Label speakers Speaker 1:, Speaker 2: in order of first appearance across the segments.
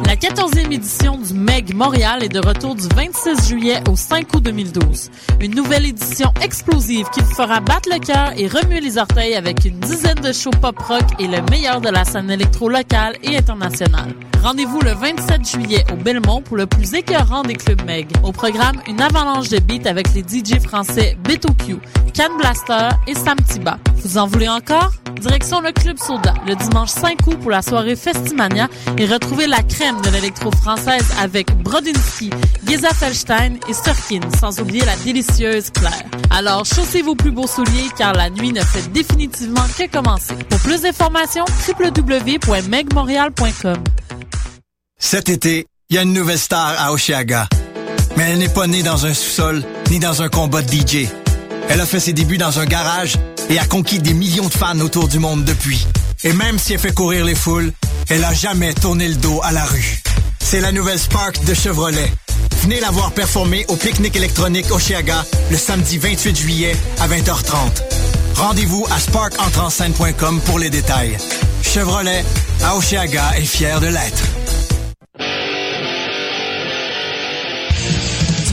Speaker 1: 14e édition du MEG Montréal est de retour du 26 juillet au 5 août 2012. Une nouvelle édition explosive qui vous fera battre le cœur et remuer les orteils avec une dizaine de shows pop-rock et le meilleur de la scène électro locale et internationale. Rendez-vous le 27 juillet au Belmont pour le plus écœurant des clubs MEG. Au programme, une avalanche de beats avec les DJ français Beto Q, Can Blaster et Sam Tiba. Vous en voulez encore? Direction le Club Soda, le dimanche 5 août pour la soirée Festimania et retrouvez la crème de l'électro-française avec Brodinski, Geza Felstein et Sturkin, sans oublier la délicieuse Claire. Alors, chaussez vos plus beaux souliers car la nuit ne fait définitivement que commencer. Pour plus d'informations, www.megmontréal.com.
Speaker 2: Cet été, il y a une nouvelle star à Oshiaga. Mais elle n'est pas née dans un sous-sol ni dans un combat de DJ. Elle a fait ses débuts dans un garage et a conquis des millions de fans autour du monde depuis. Et même si elle fait courir les foules, elle a jamais tourné le dos à la rue. C'est la nouvelle Spark de Chevrolet. Venez la voir performer au pique-nique électronique Oshiaga le samedi 28 juillet à 20h30. Rendez-vous à sparkentrenscène.com pour les détails. Chevrolet à Oshiaga est fier de l'être.
Speaker 3: Tu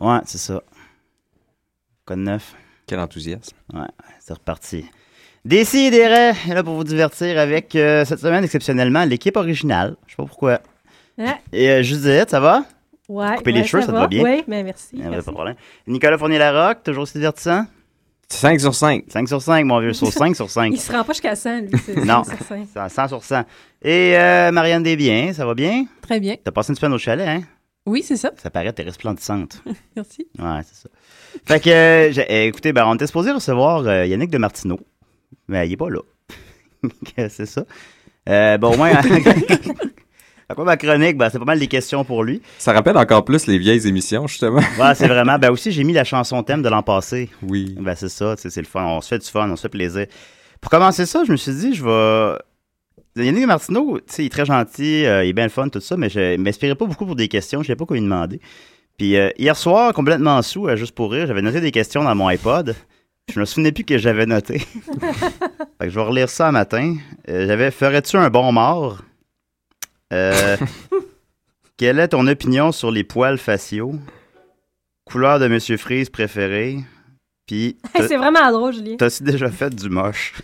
Speaker 4: Ouais, c'est ça. Code 9.
Speaker 5: Quel enthousiasme.
Speaker 4: Ouais, c'est reparti. Décidérez, est là pour vous divertir avec euh, cette semaine exceptionnellement l'équipe originale. Je sais pas pourquoi.
Speaker 6: Ouais.
Speaker 4: Et euh, Judith, ça va?
Speaker 6: Ouais.
Speaker 4: Couper les
Speaker 6: ouais,
Speaker 4: cheveux, ça te
Speaker 6: va,
Speaker 4: va bien?
Speaker 6: Oui, mais merci.
Speaker 4: Eh ben,
Speaker 6: merci.
Speaker 4: Pas de problème. Nicolas Fournier-Larocque, toujours aussi divertissant?
Speaker 5: 5 sur 5.
Speaker 4: 5 sur 5, mon vieux, sur 5 sur 5.
Speaker 6: Il se rend pas jusqu'à 100, lui. c'est-
Speaker 4: Non.
Speaker 6: c'est certain.
Speaker 4: 100 sur 100. Et euh, Marianne Desbiens, ça va bien?
Speaker 6: Très bien.
Speaker 4: T'as passé une semaine au chalet, hein?
Speaker 6: Oui, c'est ça.
Speaker 4: Ça paraît, t'es resplendissante.
Speaker 6: Merci.
Speaker 4: Ouais, c'est ça. Fait que, euh, j'ai- euh, écoutez, ben, on était supposé recevoir euh, Yannick de Martineau, mais il est pas là. Que c'est ça. Euh, bon, au moins, à quoi ma chronique, ben, c'est pas mal des questions pour lui.
Speaker 5: Ça rappelle encore plus les vieilles émissions, justement.
Speaker 4: Ouais, c'est vraiment, ben aussi, j'ai mis la chanson thème de l'an passé.
Speaker 5: Oui.
Speaker 4: Ben, c'est ça, tu sais, c'est le fun. On se fait du fun, on se fait plaisir. Pour commencer ça, je me suis dit, je vais. Yannick Martineau, tu sais, il est très gentil, euh, il est bien le fun, tout ça, mais je ne m'inspirais pas beaucoup pour des questions, je ne savais pas quoi lui demander. Puis euh, hier soir, complètement sous, euh, juste pour rire, j'avais noté des questions dans mon iPod. Je me souvenais plus que j'avais noté. fait que je vais relire ça un matin. Euh, j'avais Ferais-tu un bon mort Euh, Quelle est ton opinion sur les poils faciaux Couleur de Monsieur Freeze préférée Puis.
Speaker 6: Hey, c'est vraiment drôle, Julien.
Speaker 4: T'as-tu déjà fait du moche?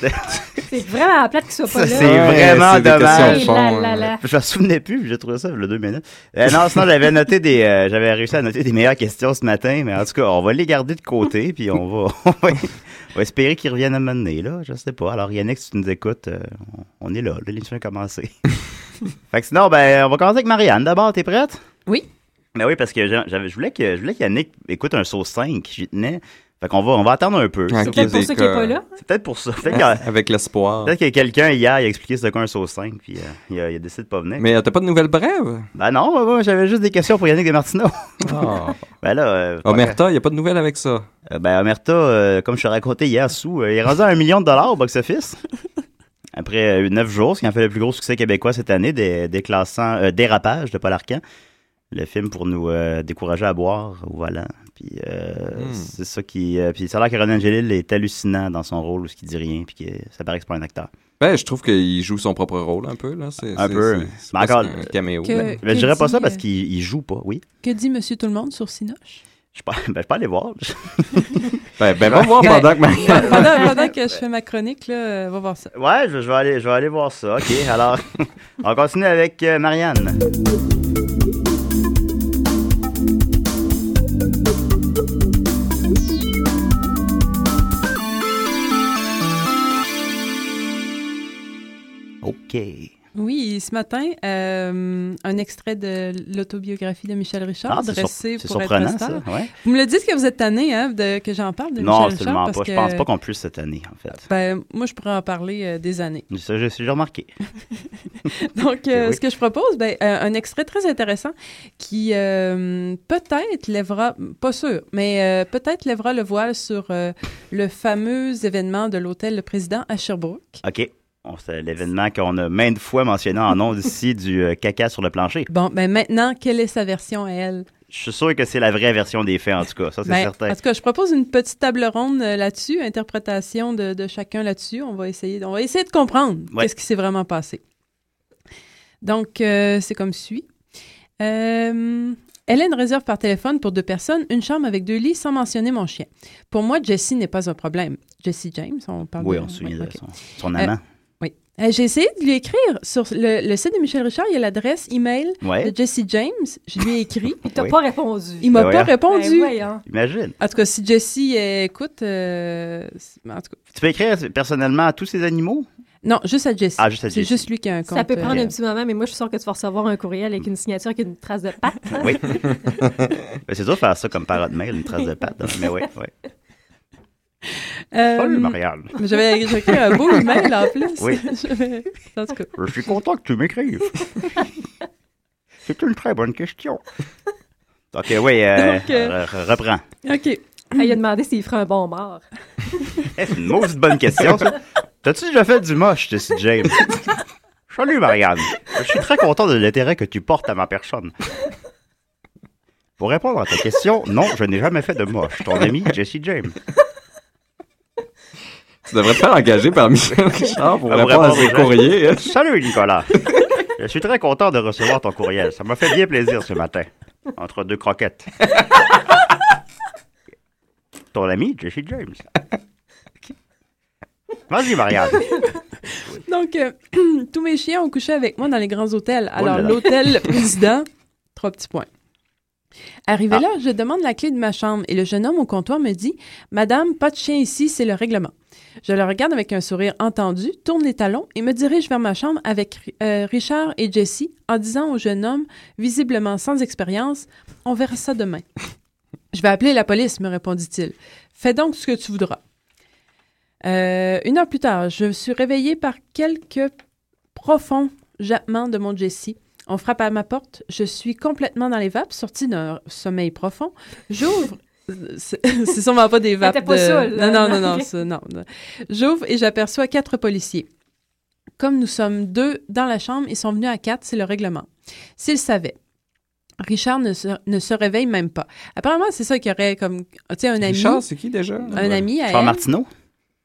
Speaker 6: C'est vraiment plate qu'il soit
Speaker 4: Ça,
Speaker 6: pas là.
Speaker 4: c'est vraiment
Speaker 5: des
Speaker 4: dommage.
Speaker 5: questions au
Speaker 6: Et
Speaker 5: fond,
Speaker 6: là,
Speaker 5: hein.
Speaker 6: là, là.
Speaker 4: Je me souvenais plus, puis j'ai trouvé ça le deux minutes. Euh, non, sinon j'avais noté des, euh, j'avais réussi à noter des meilleures questions ce matin, mais en tout cas, on va les garder de côté, puis on va, on va, on va espérer qu'ils reviennent à un moment donné, là. Je sais pas. Alors Yannick, si tu nous écoutes, euh, on, on est là. là, L'émission est commencée. fait que sinon, ben, on va commencer avec Marianne. D'abord, t'es prête?
Speaker 7: Oui.
Speaker 4: Ben oui, parce que j'a- j'avais, je voulais que, je voulais qu'Yannick écoute un saut 5, j'y tenais. Fait qu'on va, on va attendre un peu.
Speaker 5: Ouais.
Speaker 6: C'est peut-être pour ça qu'il est pas là.
Speaker 4: C'est peut-être pour ça. Peut-être qu'il
Speaker 5: Avec l'espoir.
Speaker 4: peut-être que quelqu'un hier il a expliqué ce qu'est un saut 5, puis euh, il, a, il a décidé de pas venir.
Speaker 5: Mais euh, t'as pas de nouvelles brèves?
Speaker 4: Ben non, moi, moi, j'avais juste des questions pour Yannick Desmartineaux.
Speaker 5: Ah.
Speaker 4: ben là, euh,
Speaker 5: Omerta, y a pas de nouvelles avec ça.
Speaker 4: euh, ben Omerta, euh, comme je te racontais hier, sous, euh, il est rendu à un million de dollars au box-office. Après euh, neuf jours, ce qui en fait le plus gros succès québécois cette année, des, déclassant euh, Dérapage de Paul Arcan. Le film pour nous euh, décourager à boire au volant. Puis euh,
Speaker 5: Hmm.
Speaker 4: c'est ça qui. euh, puis ça a l'air que René Angelil est hallucinant dans son rôle où ce qu'il dit rien, puis que ça paraît que c'est pas un acteur.
Speaker 5: Ben, je trouve qu'il joue son propre rôle un peu, là. C'est,
Speaker 4: Un
Speaker 5: c'est-
Speaker 4: peu,
Speaker 5: c'est-
Speaker 4: mais
Speaker 5: c'est presque
Speaker 4: encore-
Speaker 5: un caméo.
Speaker 1: Que-
Speaker 5: ben.
Speaker 4: Mais
Speaker 1: que
Speaker 4: je dirais pas
Speaker 1: dit,
Speaker 4: ça parce
Speaker 1: euh,
Speaker 4: qu'il il joue pas, oui.
Speaker 1: Que dit Monsieur Tout-le-Monde sur Sinoche?
Speaker 4: Je peux, ben, je peux aller voir.
Speaker 5: Ben, ben, va voir
Speaker 1: Ouais.
Speaker 5: pendant que Marie-
Speaker 1: pendant, pendant que je fais ma chronique, là, euh, va voir ça.
Speaker 4: Ouais, je, je vais aller, je vais aller voir ça. OK, alors, on continue avec euh, Marianne. OK.
Speaker 1: Oui, ce matin, euh, un extrait de l'autobiographie de Michel Richard,
Speaker 4: Ah, c'est sur-
Speaker 1: dressé
Speaker 4: c'est
Speaker 1: pour être
Speaker 4: surprenant,
Speaker 1: une star.
Speaker 4: ça. Ouais.
Speaker 1: Vous me le dites que vous êtes tanné hein, de, que j'en parle de Michel
Speaker 4: Non,
Speaker 1: Richard.
Speaker 4: absolument
Speaker 1: parce
Speaker 4: pas. Je
Speaker 1: que,
Speaker 4: pense pas qu'on puisse cette année, en fait.
Speaker 1: ben, moi, je pourrais en parler euh, des années.
Speaker 4: Ça, j'ai j'ai remarqué.
Speaker 1: Donc, euh,
Speaker 4: Eh Oui.
Speaker 1: ce que je propose, ben, euh, un extrait très intéressant qui euh, peut-être lèvera, pas sûr, mais euh, peut-être lèvera le voile sur euh, le fameux événement de l'hôtel Le Président à Sherbrooke.
Speaker 4: OK. On- C'est l'événement qu'on a maintes fois mentionné en ondes ici du euh, caca sur le plancher.
Speaker 1: Bon, ben maintenant, quelle est sa version à elle?
Speaker 4: Je suis sûr que c'est la vraie version des faits, en tout cas. Ça, c'est
Speaker 1: Ben,
Speaker 4: certain.
Speaker 1: En tout cas, je propose une petite table ronde euh, là-dessus, interprétation de, de chacun là-dessus. On va essayer, on va essayer de comprendre
Speaker 4: Ouais.
Speaker 1: qu'est-ce qui s'est vraiment passé. Donc, euh, c'est comme suit. Euh, Hélène réserve par téléphone pour deux personnes une chambre avec deux lits sans mentionner mon chien. Pour moi, Jessie n'est pas un problème. Jessie James, on parle
Speaker 4: Oui,
Speaker 1: de-
Speaker 4: on se souvient
Speaker 1: ouais,
Speaker 4: de
Speaker 1: ok.
Speaker 4: son, son amant.
Speaker 1: Oui. Euh, J'ai essayé de lui écrire sur le, le site de Michel Richard. Il y a l'adresse email
Speaker 4: Ouais.
Speaker 1: de Jessie James. Je lui ai écrit.
Speaker 6: Il t'a
Speaker 4: Oui.
Speaker 6: pas répondu.
Speaker 1: Il m'a
Speaker 4: Ben
Speaker 1: pas
Speaker 4: voyons.
Speaker 6: Ben
Speaker 1: répondu.
Speaker 6: voyons.
Speaker 4: Imagine.
Speaker 1: En tout cas, si Jessie euh, écoute, euh, c'est- en tout cas,
Speaker 4: Tu peux écrire personnellement à tous ces animaux?
Speaker 1: non, juste à Jessie.
Speaker 4: Ah, juste à
Speaker 1: C'est
Speaker 4: Jessie.
Speaker 1: juste lui qui a un compte.
Speaker 6: Ça peut
Speaker 1: euh,
Speaker 6: prendre
Speaker 4: euh,
Speaker 6: un petit moment, mais moi, je suis sûre que tu vas recevoir un courriel avec une signature, avec une trace de patte.
Speaker 4: Oui. Ben, c'est dur de faire ça comme par mail, une trace de patte. hein. Mais oui, oui.
Speaker 1: euh,
Speaker 4: Salut, Marianne.
Speaker 1: mais J'avais j'avais écrit un beau email en plus.
Speaker 4: Oui.
Speaker 1: J'avais- en tout cas.
Speaker 4: Je suis content que tu m'écrives. c'est une très bonne question. OK, oui, euh,
Speaker 1: Donc, euh,
Speaker 4: re- re- reprends.
Speaker 1: OK.
Speaker 6: Ah, il a demandé s'il ferait un bon mort.
Speaker 4: Eh, c'est une maudite bonne question, ça. T'as-tu déjà fait du moche, Jessie James? Salut, Marianne. Je suis très content de l'intérêt que tu portes à ma personne. Pour répondre à ta question, non, je n'ai jamais fait de moche. Ton ami, Jessie James.
Speaker 5: Tu devrais te faire engager par Michel Richard pour
Speaker 4: Ah, pour
Speaker 5: répondre à
Speaker 4: répondre aux
Speaker 5: ses
Speaker 4: gens.
Speaker 5: courriers. hein.
Speaker 4: Salut Nicolas. Je suis très content de recevoir ton courriel. Ça m'a fait bien plaisir ce matin. Entre deux croquettes. ton ami, Jesse James. Vas-y, Marianne.
Speaker 1: Donc, euh, tous mes chiens ont couché avec moi dans les grands hôtels. Alors,
Speaker 4: Oh là là.
Speaker 1: l'hôtel président, trois petits points. Arrivé là, je demande la clé de ma chambre et le jeune homme au comptoir me dit Madame, pas de chien ici, c'est le règlement. Je le regarde avec un sourire entendu, tourne les talons et me dirige vers ma chambre avec euh, Richard et Jessie en disant au jeune homme, visiblement sans expérience On verra ça demain. Je vais appeler la police, me répondit-il. Fais donc ce que tu voudras. Euh, une heure plus tard, je suis réveillée par quelques profonds jappements de mon Jessie. On frappe à ma porte. Je suis complètement dans les vapes, sortie d'un sommeil profond. J'ouvre. C'est c'est sûrement pas des vapes.
Speaker 6: T'étais pas
Speaker 1: de-
Speaker 6: saoule, là.
Speaker 1: non, non, non, non,
Speaker 6: Ok.
Speaker 1: ça, non. non. J'ouvre et j'aperçois quatre policiers. Comme nous sommes deux dans la chambre, ils sont venus à quatre, c'est le règlement. S'ils savaient. Richard ne se, ne se réveille même pas. Apparemment, c'est ça qu'il y aurait comme, tu sais, un ami,
Speaker 5: Richard, c'est qui déjà?
Speaker 1: un ami à
Speaker 4: Jean
Speaker 1: elle,
Speaker 4: Martineau.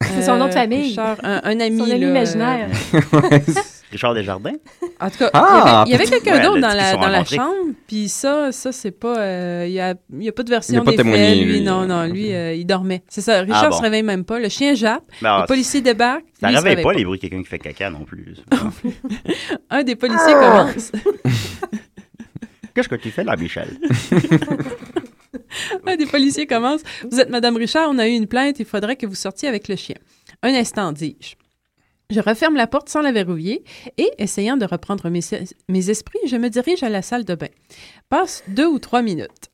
Speaker 6: C'est son nom de famille.
Speaker 1: Richard, un, un euh, ami.
Speaker 6: Son ami
Speaker 1: là, euh,
Speaker 6: imaginaire.
Speaker 5: Ouais.
Speaker 4: Richard Desjardins.
Speaker 1: En tout cas,
Speaker 5: Ah,
Speaker 1: il y avait, il y avait quelqu'un
Speaker 4: Ouais,
Speaker 1: d'autre
Speaker 4: elle a
Speaker 1: dans
Speaker 4: dit qu'ils
Speaker 1: la,
Speaker 4: sont
Speaker 1: dans la
Speaker 4: rencontrés.
Speaker 1: chambre, puis ça, ça c'est pas. euh, Il n'y a, il y a pas de version.
Speaker 5: Il a pas
Speaker 1: des
Speaker 5: témoigné,
Speaker 1: faits, lui,
Speaker 5: lui.
Speaker 1: Non, non, lui, euh, il dormait. C'est ça, Richard
Speaker 4: bon.
Speaker 1: se réveille même pas. Le chien jappe,
Speaker 4: Ben, ah,
Speaker 1: le policier débarque.
Speaker 4: ça
Speaker 1: lui, il se
Speaker 4: réveille pas,
Speaker 1: réveille
Speaker 4: les bruits de quelqu'un qui fait caca non plus.
Speaker 1: pas. Un des policiers commence.
Speaker 4: Qu'est-ce que tu fais là, Michel?
Speaker 1: Un Ah, des policiers commence. Vous êtes Madame Richard, on a eu une plainte, il faudrait que vous sortiez avec le chien. Un instant, dis-je. Je referme la porte sans la verrouiller et, essayant de reprendre mes, mes esprits, je me dirige à la salle de bain. Passe deux ou trois minutes.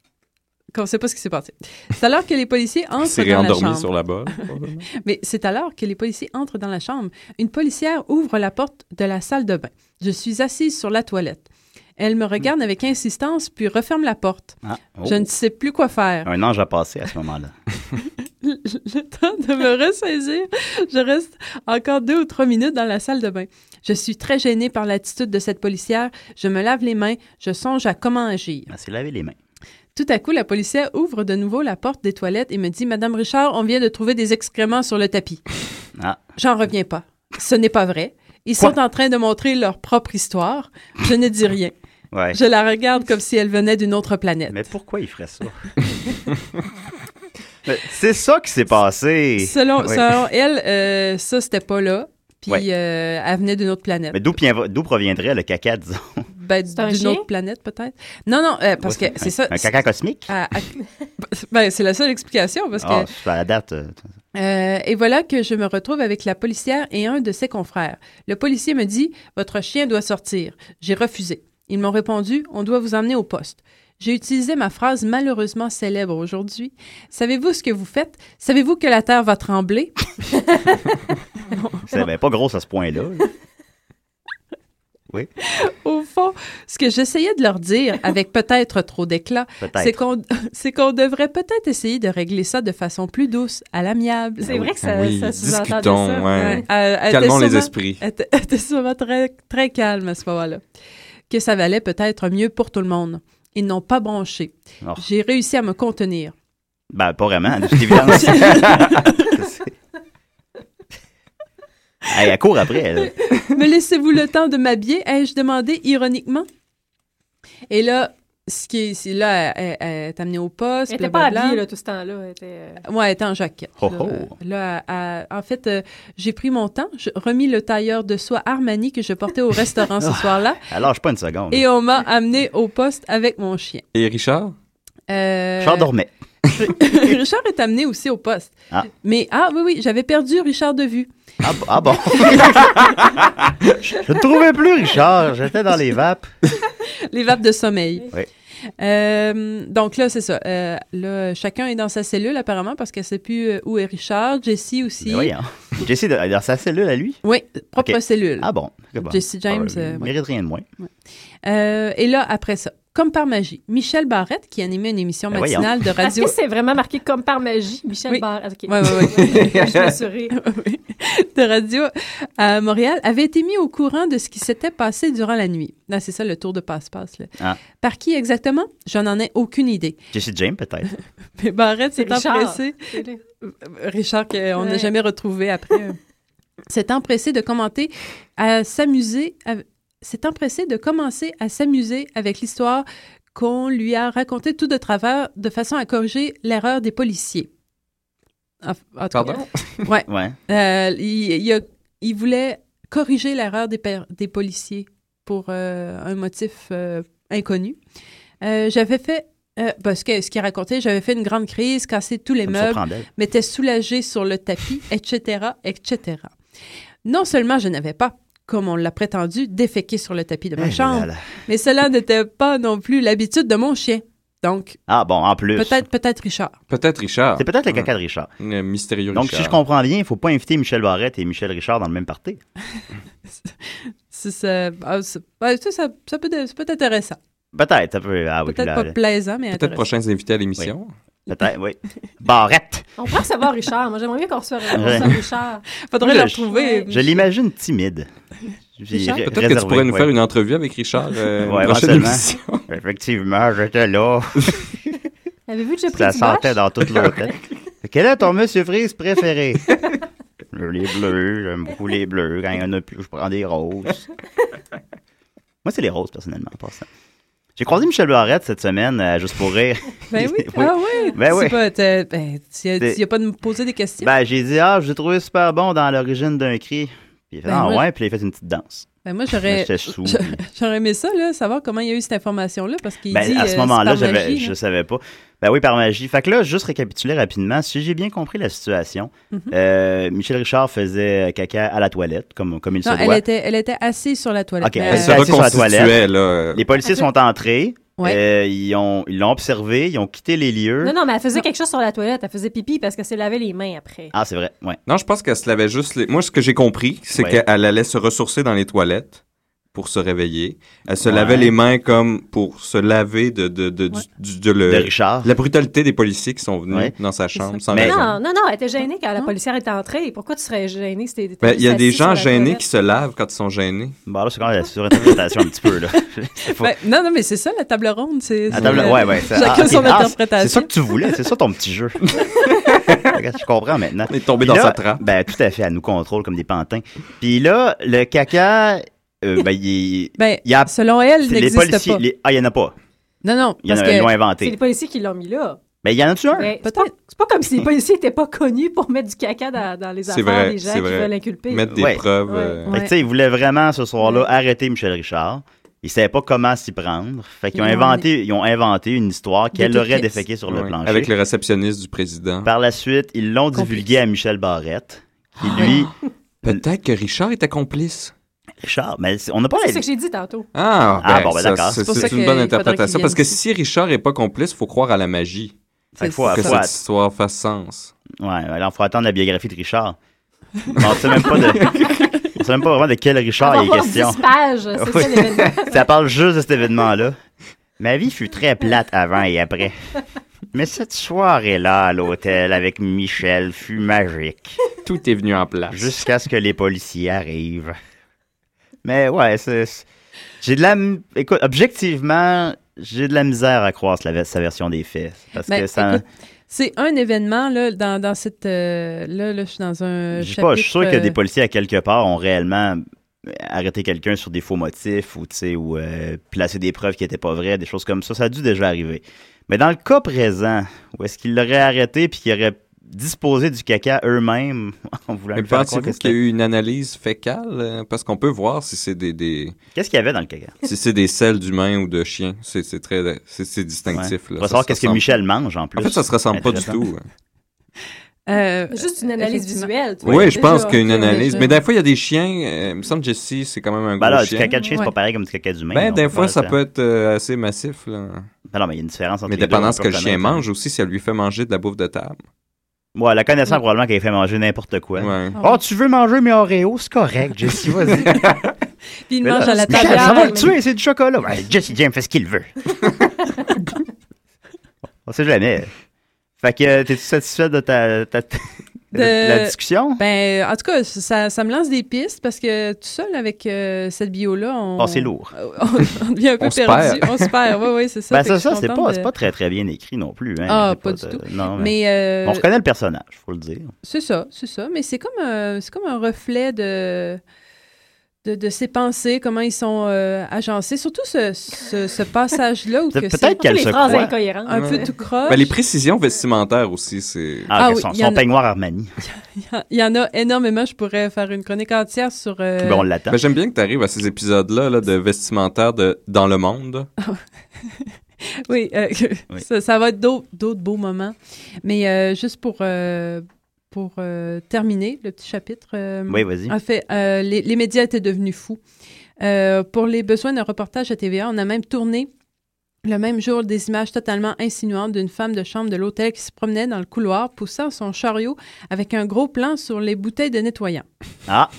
Speaker 1: Qu'on ne sait pas ce qui s'est passé. C'est alors que les policiers
Speaker 5: Il
Speaker 1: entrent
Speaker 5: s'est
Speaker 1: dans la
Speaker 5: réendormi
Speaker 1: chambre.
Speaker 5: sur la balle. probablement.
Speaker 1: Mais c'est alors que les policiers entrent dans la chambre. Une policière ouvre la porte de la salle de bain. Je suis assise sur la toilette. Elle me regarde avec insistance, puis referme la porte.
Speaker 4: Ah, oh.
Speaker 1: Je ne sais plus quoi faire.
Speaker 4: Un ange a passé à ce moment-là.
Speaker 1: le le temps de me ressaisir, je reste encore deux ou trois minutes dans la salle de bain. Je suis très gênée par l'attitude de cette policière. Je me lave les mains. Je songe à comment agir.
Speaker 4: Ben, c'est laver les mains.
Speaker 1: Tout à coup, la policière ouvre de nouveau la porte des toilettes et me dit Madame Richard, on vient de trouver des excréments sur le tapis.
Speaker 4: Ah.
Speaker 1: J'en reviens pas. Ce n'est pas vrai. Ils
Speaker 4: Quoi?
Speaker 1: sont en train de montrer leur propre histoire. Je ne dis rien.
Speaker 4: Ouais.
Speaker 1: Je la regarde comme si elle venait d'une autre planète.
Speaker 4: Mais pourquoi il ferait ça? Mais c'est ça qui s'est passé.
Speaker 1: Selon,
Speaker 4: Oui.
Speaker 1: selon elle, euh, ça, c'était pas là. Puis
Speaker 4: Ouais.
Speaker 1: euh, elle venait d'une autre planète.
Speaker 4: Mais d'où, pien- d'où proviendrait le caca, disons?
Speaker 1: Ben,
Speaker 6: C'est un
Speaker 1: d'une
Speaker 6: chien?
Speaker 1: autre planète, peut-être. Non, non, euh, parce que c'est ça.
Speaker 4: Un caca cosmique?
Speaker 1: Ah, ah, ben, c'est la seule explication parce que
Speaker 4: Ah, à la date. euh,
Speaker 1: Euh, et voilà que je me retrouve avec la policière et un de ses confrères. Le policier me dit Votre chien doit sortir. J'ai refusé. Ils m'ont répondu On doit vous emmener au poste. J'ai utilisé ma phrase malheureusement célèbre aujourd'hui. Savez-vous ce que vous faites Savez-vous que la terre va trembler
Speaker 4: c'est ben, pas grosse à ce point-là.
Speaker 1: Au fond, ce que j'essayais de leur dire, avec peut-être trop d'éclat, c'est
Speaker 4: Peut-être.
Speaker 1: qu'on c'est qu'on devrait peut-être essayer de régler ça de façon plus douce, à l'amiable.
Speaker 6: Ah, C'est vrai que ça,
Speaker 5: Oui,
Speaker 6: ça sous-entendait
Speaker 5: discutons,
Speaker 6: ça.
Speaker 5: ouais.
Speaker 1: Euh, elle était
Speaker 5: Calmons les
Speaker 1: sûrement-
Speaker 5: esprits.
Speaker 1: Elle était- elle était sûrement très, très calme à ce moment-là. Que ça valait peut-être mieux pour tout le monde. Ils n'ont pas bronché.
Speaker 4: Oh.
Speaker 1: J'ai réussi à me contenir.
Speaker 4: Ben, pas vraiment, c'est évident. Hey, elle court après, elle.
Speaker 1: Me laissez-vous le temps de m'habiller ai-je demandé ironiquement. Et là, ce qui est, c'est là, elle, elle- elle est amenée euh, au poste.
Speaker 6: Elle était pas
Speaker 1: blablabla.
Speaker 6: habillée là, tout ce temps-là. Elle était... euh,
Speaker 1: Ouais, elle était en jaquette.
Speaker 4: Oh,
Speaker 1: là,
Speaker 4: oh.
Speaker 1: Euh, là, à- à- en fait, euh, j'ai pris mon temps, je- remis le tailleur de soie Armani que je portais au restaurant ce soir-là
Speaker 4: Elle lâche pas une seconde.
Speaker 1: et on m'a amené au poste avec mon chien.
Speaker 5: Et Richard?
Speaker 1: Euh,
Speaker 4: Richard dormait.
Speaker 1: Richard est amené aussi au poste.
Speaker 4: Ah.
Speaker 1: Mais, ah oui, oui, j'avais perdu Richard de vue.
Speaker 4: Ah, b- ah bon? je ne trouvais plus Richard. J'étais dans les vapes.
Speaker 1: Les vapes de sommeil.
Speaker 4: Oui.
Speaker 1: Euh, donc là, c'est ça. Euh, là, chacun est dans sa cellule apparemment parce qu'elle ne sait plus euh, où est Richard. Jessie aussi.
Speaker 4: Mais voyons. Jesse, dans dans sa cellule à lui?
Speaker 1: Oui, propre
Speaker 4: Ok.
Speaker 1: cellule.
Speaker 4: Ah bon? C'est bon.
Speaker 1: Jesse James,
Speaker 4: Ah,
Speaker 1: euh,
Speaker 4: il mérite rien de moins.
Speaker 1: Euh, et là, après ça, comme par magie, Michel Barrette, qui animait une émission
Speaker 4: Ben voyons.
Speaker 1: matinale de
Speaker 6: Est-ce
Speaker 1: radio,
Speaker 6: que c'est vraiment marqué comme par magie, Michel
Speaker 1: Oui.
Speaker 6: Barrette? Ok.
Speaker 1: Ouais, ouais,
Speaker 6: Je suis assurée.
Speaker 1: de radio à Montréal, avait été mis au courant de ce qui s'était passé durant la nuit. Non, c'est ça le tour de passe-passe. là.
Speaker 4: Ah.
Speaker 1: Par qui exactement? Je n'en ai aucune idée.
Speaker 4: Jesse James, peut-être.
Speaker 1: Mais Barrette s'est
Speaker 6: Richard.
Speaker 1: empressé. Richard, qu'on n'a
Speaker 6: Ouais.
Speaker 1: jamais retrouvé après, euh, s'est empressé de commenter, à s'amuser, à- s'est empressé de commencer à s'amuser avec l'histoire qu'on lui a racontée tout de travers de façon à corriger l'erreur des policiers. En- en tout cas,
Speaker 5: Pardon?
Speaker 4: Ouais.
Speaker 1: euh, il, il a- il voulait corriger l'erreur des, per- des policiers pour euh, un motif euh, inconnu. Euh, j'avais fait, euh, parce que ce qu'il racontait, j'avais fait une grande crise, cassé tous les
Speaker 4: Ça me
Speaker 1: meubles,
Speaker 4: surprendait.
Speaker 1: m'étais soulagé sur le tapis, etc., etc. Non seulement je n'avais pas, comme on l'a prétendu, déféqué sur le tapis de ma
Speaker 4: Eh
Speaker 1: chambre,
Speaker 4: là là.
Speaker 1: mais cela n'était pas non plus l'habitude de mon chien. Donc,
Speaker 4: Ah bon, en plus.
Speaker 1: peut-être, peut-être Richard.
Speaker 5: Peut-être Richard.
Speaker 4: C'est peut-être le caca de Richard.
Speaker 5: Le mystérieux
Speaker 4: Donc,
Speaker 5: Richard.
Speaker 4: si je comprends bien, il ne faut pas inviter Michel Barrette et Michel Richard dans le même party.
Speaker 1: C'est- c'est- ah, c'est- ouais, ça, ça- ça peut, ça peut être intéressant.
Speaker 4: Peut-être, ça peut. Ah oui,
Speaker 1: Peut-être
Speaker 4: là,
Speaker 1: pas
Speaker 4: là.
Speaker 1: plaisant, mais
Speaker 5: Peut-être
Speaker 1: intéressant.
Speaker 5: prochains invités à l'émission.
Speaker 4: Peut-être, oui. Barrette.
Speaker 6: On pourrait recevoir Richard. Moi, j'aimerais bien qu'on reçoive on
Speaker 4: Ouais.
Speaker 6: reçoive Richard.
Speaker 1: Faudrait
Speaker 4: Je-
Speaker 1: le retrouver.
Speaker 4: Je l'imagine timide.
Speaker 1: Richard?
Speaker 4: Ré-
Speaker 5: Peut-être que tu
Speaker 4: réservé,
Speaker 5: pourrais nous
Speaker 4: ouais.
Speaker 5: faire une entrevue avec Richard euh,
Speaker 4: Ouais,
Speaker 5: une prochaine
Speaker 4: éventuellement.
Speaker 5: émission.
Speaker 4: Effectivement, j'étais là.
Speaker 6: Avez-vous déjà pris
Speaker 4: Ça
Speaker 6: du
Speaker 4: sentait
Speaker 6: boche?
Speaker 4: dans toute l'hôtel. Quel est ton Monsieur Freeze préféré? veux les bleus, j'aime beaucoup les bleus. Quand il y en a plus, je prends des roses. Moi, c'est les roses, personnellement, en passant. J'ai croisé Michel Barrette cette semaine, euh, juste pour rire.
Speaker 1: Ben oui.
Speaker 4: Oui.
Speaker 1: Ah oui.
Speaker 4: Ben
Speaker 1: C'est
Speaker 4: oui.
Speaker 1: pas- t'as- ben, tu n'as
Speaker 4: C'est-
Speaker 1: pas de me poser des questions. Ben,
Speaker 4: Ben, j'ai dit, ah, je l'ai trouvé super bon dans l'origine d'un cri. Puis il a fait,
Speaker 1: Ben,
Speaker 4: ah
Speaker 1: moi-
Speaker 4: ouais, puis il a fait une petite danse.
Speaker 1: ben, moi, j'aurais.
Speaker 4: J'étais sous.
Speaker 1: je- J'aurais aimé ça, là, savoir comment il y a eu cette information-là, parce qu'il
Speaker 4: Ben,
Speaker 1: dit.
Speaker 4: à
Speaker 1: euh,
Speaker 4: ce
Speaker 1: c'est
Speaker 4: moment-là,
Speaker 1: par
Speaker 4: j'avais,
Speaker 1: magie,
Speaker 4: je
Speaker 1: là.
Speaker 4: savais pas. Ben oui, par magie. Fait que là, juste récapituler rapidement, si j'ai bien compris la situation,
Speaker 1: Mhm.
Speaker 4: euh, Michel Richard faisait euh, caca à la toilette, comme, comme il
Speaker 1: Non,
Speaker 4: se
Speaker 1: elle
Speaker 4: doit.
Speaker 1: était, elle était assise sur la toilette.
Speaker 4: Ok,
Speaker 1: mais,
Speaker 4: elle
Speaker 5: Elle
Speaker 1: euh,
Speaker 5: se
Speaker 4: assis sur la
Speaker 5: reconstituait, là.
Speaker 4: Les policiers sont entrés,
Speaker 1: Ouais.
Speaker 4: euh, ils, ont, ils l'ont observé, ils ont quitté les lieux.
Speaker 6: Non, non, mais elle faisait quelque chose sur la toilette. Elle faisait pipi parce qu'elle s'est lavé les mains après.
Speaker 4: Ah, c'est vrai, ouais.
Speaker 5: Non, je pense qu'elle se l'avait juste. les- Moi, ce que j'ai compris, c'est
Speaker 4: Ouais.
Speaker 5: qu'elle allait se ressourcer dans les toilettes pour se réveiller. Elle se
Speaker 4: Ouais.
Speaker 5: lavait les mains comme pour se laver de, de, de, du-
Speaker 1: Ouais.
Speaker 5: du- de le-
Speaker 4: De Richard.
Speaker 5: la brutalité des policiers qui sont venus
Speaker 4: Ouais.
Speaker 5: dans sa chambre sans
Speaker 4: Mais-
Speaker 5: raison.
Speaker 6: Non, non, non, elle était gênée quand la
Speaker 1: Non.
Speaker 6: policière est entrée. Pourquoi tu serais gênée si t'es- t'es
Speaker 5: Mais Ben, il y a
Speaker 6: juste
Speaker 5: des
Speaker 6: assis
Speaker 5: gens
Speaker 6: sur la
Speaker 5: gênés
Speaker 6: toilette?
Speaker 5: qui se lavent quand ils sont gênés.
Speaker 4: Bon, là, c'est quand même la surinterprétation un petit peu, là. C'est faux.
Speaker 1: ben, non, non, mais c'est ça, la table ronde. C'est, euh,
Speaker 4: Ah, table-
Speaker 1: c'est-
Speaker 4: ouais, ouais, ça-
Speaker 1: Chacun
Speaker 4: ah,
Speaker 1: son
Speaker 4: ok. Ah, c'est
Speaker 1: interprétation.
Speaker 4: ça que tu voulais, c'est ça ton petit jeu. Regarde, je comprends maintenant.
Speaker 5: On est tombé
Speaker 4: Puis
Speaker 5: dans
Speaker 4: là,
Speaker 5: sa trappe.
Speaker 4: Ben, tout à fait, elle nous contrôle comme des pantins. Puis là, le caca, euh, ben, il.
Speaker 1: Ben,
Speaker 4: il y a-
Speaker 1: selon elle, il
Speaker 4: les
Speaker 1: n'existe
Speaker 4: policiers.
Speaker 1: pas.
Speaker 4: les- Ah, il n'y en a pas.
Speaker 1: Non, non,
Speaker 4: Il y en
Speaker 1: parce
Speaker 4: a, ils l'ont
Speaker 1: que...
Speaker 6: C'est les
Speaker 4: inventé.
Speaker 6: policiers qui l'ont mis là.
Speaker 4: Ben, il y en a-tu un?
Speaker 6: Mais c'est pas, c'est pas comme si les policiers n'étaient pas connus pour mettre du caca dans, dans les
Speaker 5: C'est
Speaker 6: affaires
Speaker 5: vrai,
Speaker 6: des gens
Speaker 5: c'est
Speaker 6: qui
Speaker 5: vrai.
Speaker 6: veulent inculper.
Speaker 5: Mettre des
Speaker 4: Ouais.
Speaker 5: preuves.
Speaker 6: Ouais.
Speaker 5: euh,
Speaker 4: Fait que, tu sais, ils voulaient vraiment, ce soir-là, arrêter Michel Richard. Ils savaient pas comment s'y prendre. Fait qu'ils ont,
Speaker 1: Ils l'ont
Speaker 4: inventé, ils ont inventé une histoire qu'elle
Speaker 1: toutes
Speaker 4: aurait
Speaker 1: pièces.
Speaker 4: déféqué sur le
Speaker 5: ouais.
Speaker 4: plancher. Bah,
Speaker 5: Avec le réceptionniste du président.
Speaker 4: Par la suite, ils l'ont
Speaker 1: Compliqué. Ah,
Speaker 4: divulgué à Michel Barrette, qui lui,
Speaker 5: Peut-être que Richard était complice.
Speaker 4: Richard, mais c'est- on n'a pas
Speaker 6: C'est
Speaker 4: la...
Speaker 6: ce que j'ai dit tantôt.
Speaker 5: Ah,
Speaker 4: Ah,
Speaker 5: ben,
Speaker 4: bon, ben,
Speaker 5: ça,
Speaker 4: d'accord.
Speaker 5: C'est
Speaker 1: C'est pour
Speaker 5: c'est
Speaker 1: ça
Speaker 5: une
Speaker 1: que
Speaker 5: bonne
Speaker 1: il faudrait qu'il
Speaker 5: interprétation.
Speaker 1: vienne
Speaker 5: Parce que
Speaker 1: ici.
Speaker 5: si Richard n'est pas complice, il faut croire à la magie.
Speaker 4: Fait que faut-
Speaker 1: c'est
Speaker 5: que
Speaker 4: Ah, faut-
Speaker 5: cette histoire fasse sens.
Speaker 4: Ouais, alors faut attendre la biographie de Richard. on ne sait même pas de- on sait même pas vraiment de quel Richard Ah, il est question.
Speaker 6: 10 pages, c'est
Speaker 4: Oui.
Speaker 6: ça l'événement.
Speaker 4: Ça parle juste de cet événement-là. Ma vie fut très plate avant et après. Mais cette soirée-là à l'hôtel avec Michel fut magique.
Speaker 5: Tout est venu en place.
Speaker 4: Jusqu'à ce que les policiers arrivent. Mais ouais, c'est. c'est- J'ai de la. m- Écoute, objectivement, j'ai de la misère à croire la ve- sa version des faits. Parce
Speaker 1: Ben,
Speaker 4: que ça.
Speaker 1: écoute, c'est un événement, là, dans, dans cette... euh, là, là, je suis dans un
Speaker 4: Je sais pas, je suis sûr que
Speaker 1: chapitre,
Speaker 4: des
Speaker 1: euh,
Speaker 4: policiers à quelque part ont réellement arrêté quelqu'un sur des faux motifs ou, tu sais, ou euh, placé des preuves qui n'étaient pas vraies, des choses comme ça. Ça a dû déjà arriver. Mais dans le cas présent, où est-ce qu'ils l'auraient arrêté puis qu'ils auraient disposé du caca eux-mêmes en voulant
Speaker 5: Mais
Speaker 4: lui faire croire que
Speaker 5: pensez-vous qu'il y
Speaker 4: c'était-
Speaker 5: a eu une analyse fécale? euh, Parce qu'on peut voir si c'est des, des-
Speaker 4: Qu'est-ce qu'il y avait dans le caca?
Speaker 5: si c'est des selles d'humains ou de chiens. C'est c'est très c'est c'est distinctif.
Speaker 4: On
Speaker 5: là.
Speaker 4: va
Speaker 5: Ça
Speaker 4: savoir
Speaker 5: se
Speaker 4: qu'est-ce que
Speaker 5: ressemble-
Speaker 4: Michel mange en plus.
Speaker 5: En fait, ça se ressemble pas du
Speaker 4: Intéressant.
Speaker 5: tout. hein.
Speaker 1: euh,
Speaker 6: Juste une analyse
Speaker 1: Effectivement.
Speaker 6: visuelle. tu
Speaker 5: Oui,
Speaker 6: vois,
Speaker 5: je
Speaker 6: déjà.
Speaker 5: pense qu'une analyse.
Speaker 1: déjà.
Speaker 5: Mais des fois, il y a des chiens. euh, il me semble que Jesse, c'est quand même un
Speaker 4: Ben
Speaker 5: gros
Speaker 4: là, du
Speaker 5: chien.
Speaker 4: caca de chien, c'est
Speaker 1: Ouais.
Speaker 4: pas pareil comme du caca d'humain.
Speaker 5: Ben,
Speaker 4: on
Speaker 5: des
Speaker 4: peut
Speaker 5: fois,
Speaker 4: pas
Speaker 5: ça
Speaker 4: le-
Speaker 5: peut être euh, assez massif. Là.
Speaker 4: Ben non, mais il y a une différence entre
Speaker 5: Mais
Speaker 4: les deux,
Speaker 5: dépendant de
Speaker 4: on
Speaker 5: ce
Speaker 4: peut
Speaker 5: que le
Speaker 4: reconnaître,
Speaker 5: chien
Speaker 4: hein.
Speaker 5: mange aussi, si elle lui fait manger de la bouffe de table.
Speaker 4: Ouais, la connaissance, probablement qu'elle fait manger n'importe quoi.
Speaker 5: Ouais.
Speaker 1: Ah ouais.
Speaker 4: Oh, tu veux manger mes Oreos? C'est correct, Jessie, vas-y.
Speaker 1: Puis il
Speaker 4: Mais là,
Speaker 1: mange à la
Speaker 4: Michel,
Speaker 1: table.
Speaker 4: ça va
Speaker 6: mais-
Speaker 4: le tuer, c'est du chocolat. Ouais, Jesse James fait ce qu'il veut. On sait jamais. Fait que euh, t'es-tu satisfait de ta, ta- ta- de la discussion?
Speaker 1: Ben, en tout cas, ça, ça me lance des pistes parce que tout seul avec euh, cette bio-là, on.
Speaker 4: Oh, c'est lourd.
Speaker 1: On, on devient un peu
Speaker 5: On se
Speaker 1: perdu.
Speaker 5: perd.
Speaker 1: On se perd. Oui, oui, c'est ça.
Speaker 4: Ben,
Speaker 1: Fait que
Speaker 4: ça,
Speaker 1: je suis
Speaker 4: ça c'est
Speaker 1: contente
Speaker 4: pas,
Speaker 1: de-
Speaker 4: c'est pas très, très bien écrit non plus. Hein.
Speaker 1: Ah,
Speaker 4: C'est
Speaker 1: pas du tout.
Speaker 4: Non, mais...
Speaker 1: Mais euh, Ah
Speaker 4: On reconnaît le personnage, faut le dire.
Speaker 1: c'est ça, c'est ça. Mais c'est comme, un- c'est comme un reflet de, de, de ses pensées, comment ils sont euh, agencés. Surtout ce, ce, ce passage-là où
Speaker 4: C'est
Speaker 1: que
Speaker 4: peut-être
Speaker 1: c'est
Speaker 6: Surtout
Speaker 4: qu'elle
Speaker 6: les
Speaker 4: se
Speaker 6: phrases
Speaker 4: croit.
Speaker 6: incohérentes.
Speaker 1: un
Speaker 6: Ouais.
Speaker 1: peu tout croche.
Speaker 5: Ben, les précisions vestimentaires aussi, c'est.
Speaker 4: Ah,
Speaker 1: Ah
Speaker 4: que
Speaker 1: oui,
Speaker 4: son,
Speaker 1: il y
Speaker 4: son
Speaker 1: en a-
Speaker 4: peignoir Armani.
Speaker 1: Il y en a énormément. Je pourrais faire une chronique entière sur. euh,
Speaker 4: Puis bon, on l'attend.
Speaker 5: Ben, J'aime bien que tu arrives à ces épisodes-là là, de vestimentaires de dans le monde.
Speaker 4: Ah,
Speaker 1: Oui, euh,
Speaker 4: Oui.
Speaker 1: Ça, ça va être d'autres d'autres beaux moments. Mais euh, juste pour, euh, pour euh, terminer le petit chapitre. euh,
Speaker 4: Oui, vas-y.
Speaker 1: En fait, euh, les, les médias étaient devenus fous. Euh, pour les besoins d'un reportage à TVA, on a même tourné le même jour des images totalement insinuantes d'une femme de chambre de l'hôtel qui se promenait dans le couloir, poussant son chariot avec un gros plan sur les bouteilles de nettoyant.
Speaker 4: Ah,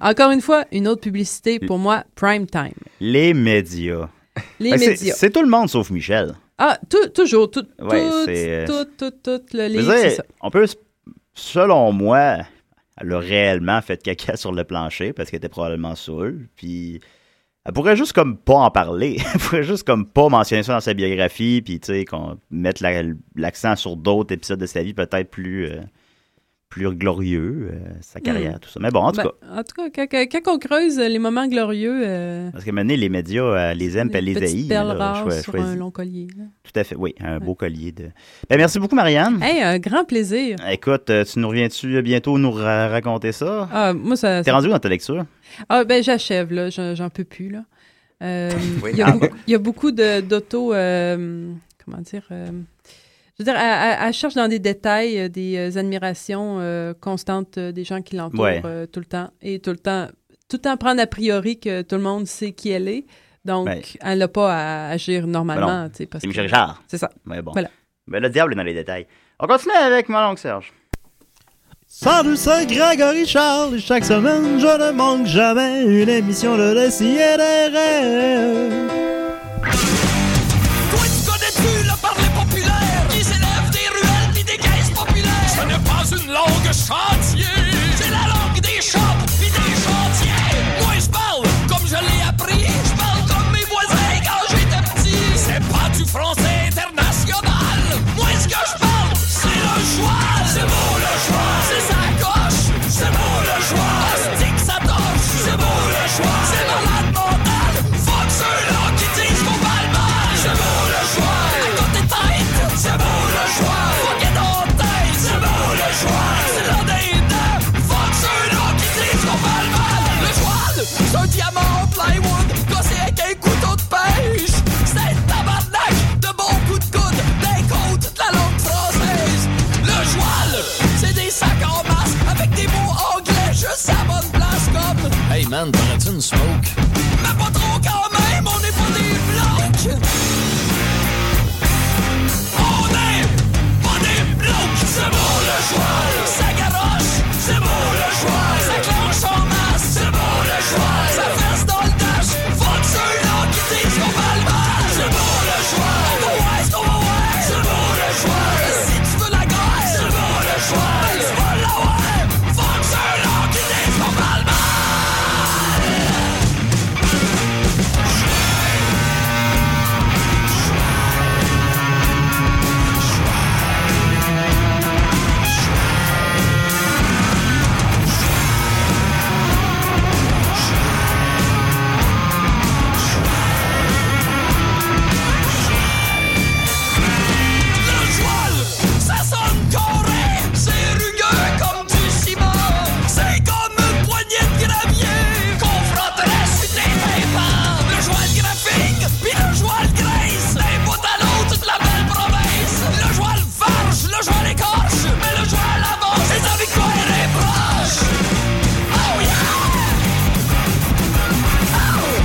Speaker 1: Encore une fois, une autre publicité pour moi, prime time.
Speaker 4: les médias.
Speaker 1: Les
Speaker 4: Ben, c'est-
Speaker 1: médias.
Speaker 4: C'est tout le monde sauf Michel.
Speaker 1: Ah, tout- toujours, tout,
Speaker 4: Ouais,
Speaker 1: tout,
Speaker 4: c'est, euh,
Speaker 1: tout, tout, tout, le
Speaker 4: Mais
Speaker 1: livre,
Speaker 4: c'est-
Speaker 1: c'est ça.
Speaker 4: On peut, s- selon moi, elle a réellement fait caca sur le plancher parce qu'elle était probablement saoule. Puis elle pourrait juste comme pas en parler. Elle pourrait juste comme pas mentionner ça dans sa biographie. Puis tu sais, qu'on mette la- l'accent sur d'autres épisodes de sa vie peut-être plus, euh, plus glorieux, euh, sa carrière, tout ça. Mais bon, en tout
Speaker 6: Hmm. Ben,
Speaker 4: cas,
Speaker 6: en tout cas, quand, quand- quand on creuse euh, les moments glorieux, euh,
Speaker 4: parce que maintenant, les médias euh, les aiment, puis
Speaker 6: des
Speaker 4: elles les
Speaker 6: petites
Speaker 4: haïssent.
Speaker 6: perles
Speaker 4: là.
Speaker 6: rares
Speaker 4: Je choisis-
Speaker 6: sur
Speaker 4: choisis-
Speaker 6: un long collier. là.
Speaker 4: Tout à fait, oui, un beau collier de... Ben, merci beaucoup, Marianne.
Speaker 6: Hey, un grand plaisir.
Speaker 4: Écoute, euh, tu nous reviens-tu bientôt nous ra- raconter ça?
Speaker 6: Ah, moi, ça.
Speaker 4: T'es
Speaker 6: ça-
Speaker 4: rendu où dans ta lecture?
Speaker 6: Ah, ben, j'achève, là. J'en j'en peux plus, là. Euh,
Speaker 4: Oui.
Speaker 6: il, y a beaucoup, il y a beaucoup de- d'auto. euh, comment dire. euh, je veux dire, elle, elle- elle cherche dans des détails euh, des euh, admirations euh, constantes euh, des gens qui l'entourent
Speaker 4: Ouais.
Speaker 6: euh, tout le temps. Et tout le temps. Tout en prendre a priori que tout le monde sait qui elle est. Donc,
Speaker 4: Ben.
Speaker 6: elle n'a pas à agir
Speaker 4: Ben
Speaker 6: normalement. tu sais, parce
Speaker 4: C'est Michel
Speaker 6: que-
Speaker 4: Richard.
Speaker 6: C'est ça.
Speaker 4: Mais bon.
Speaker 6: Voilà.
Speaker 4: Ben, le diable est dans les détails. On continue avec mon oncle Serge.
Speaker 8: Salut, c'est Grégory Charles et chaque semaine je ne manque jamais une émission de récit et des rêves.
Speaker 3: Toi, tu connais-tu la parler populaire qui s'élève des ruelles puis des caisses populaires? Ce n'est pas une langue chantier, c'est la langue des shops puis des chantiers. Moi, je parle comme je l'ai appris, je parle comme mes voisins quand j'étais petit. C'est pas du français international. Moi, ce que je parle, c'est le choix. C'est beau le choix, c'est sa coche. C'est beau le choix, c'est que ça torche. C'est beau le choix, c'est malade mental. Fuck ceux-là qui disent qu'on parle mal. C'est beau le choix, à côté de tête. C'est beau le choix, fuck it en tête. C'est beau le choix, c'est l'un des deux. Fuck ceux-là qui disent qu'on parle mal. Le choix, c'est un diamant en plywood. Gossé avec un couteau de pêche. C'est un tabarnak de bons coups de coude. D'un côte de la langue française. Le joual, c'est des sacs en masse avec des mots anglais juste à bonne place comme
Speaker 9: Hey man, t'aurais-tu une smoke?
Speaker 3: Mais pas trop quand même, on n'est pas des blocs. On n'est pas des blocs. C'est beau le choix, ça garoche. C'est beau le choix, ça clenche en masse. C'est beau le choix, ça verse dans le dash. Fuck ceux-là qui disent qu'on va le mal. C'est beau le choix, on va ouais, on va ouais. C'est beau le choix, si tu veux la guerre. C'est beau le choix, ben tu vas la ouais. Fuck ceux-là qui disent qu'on va le mal. Le joual, ça sonne carré, c'est rugueux comme du ciment. C'est comme une poignée de gravier qu'on frotterait sur des pépins. Le joual graphique, puis le joual graisse, d'un bout à l'autre de la belle province. Le joual farge, le joual écorche, mais le joual avance, ses amis quoi est proche. Oh yeah! Oh!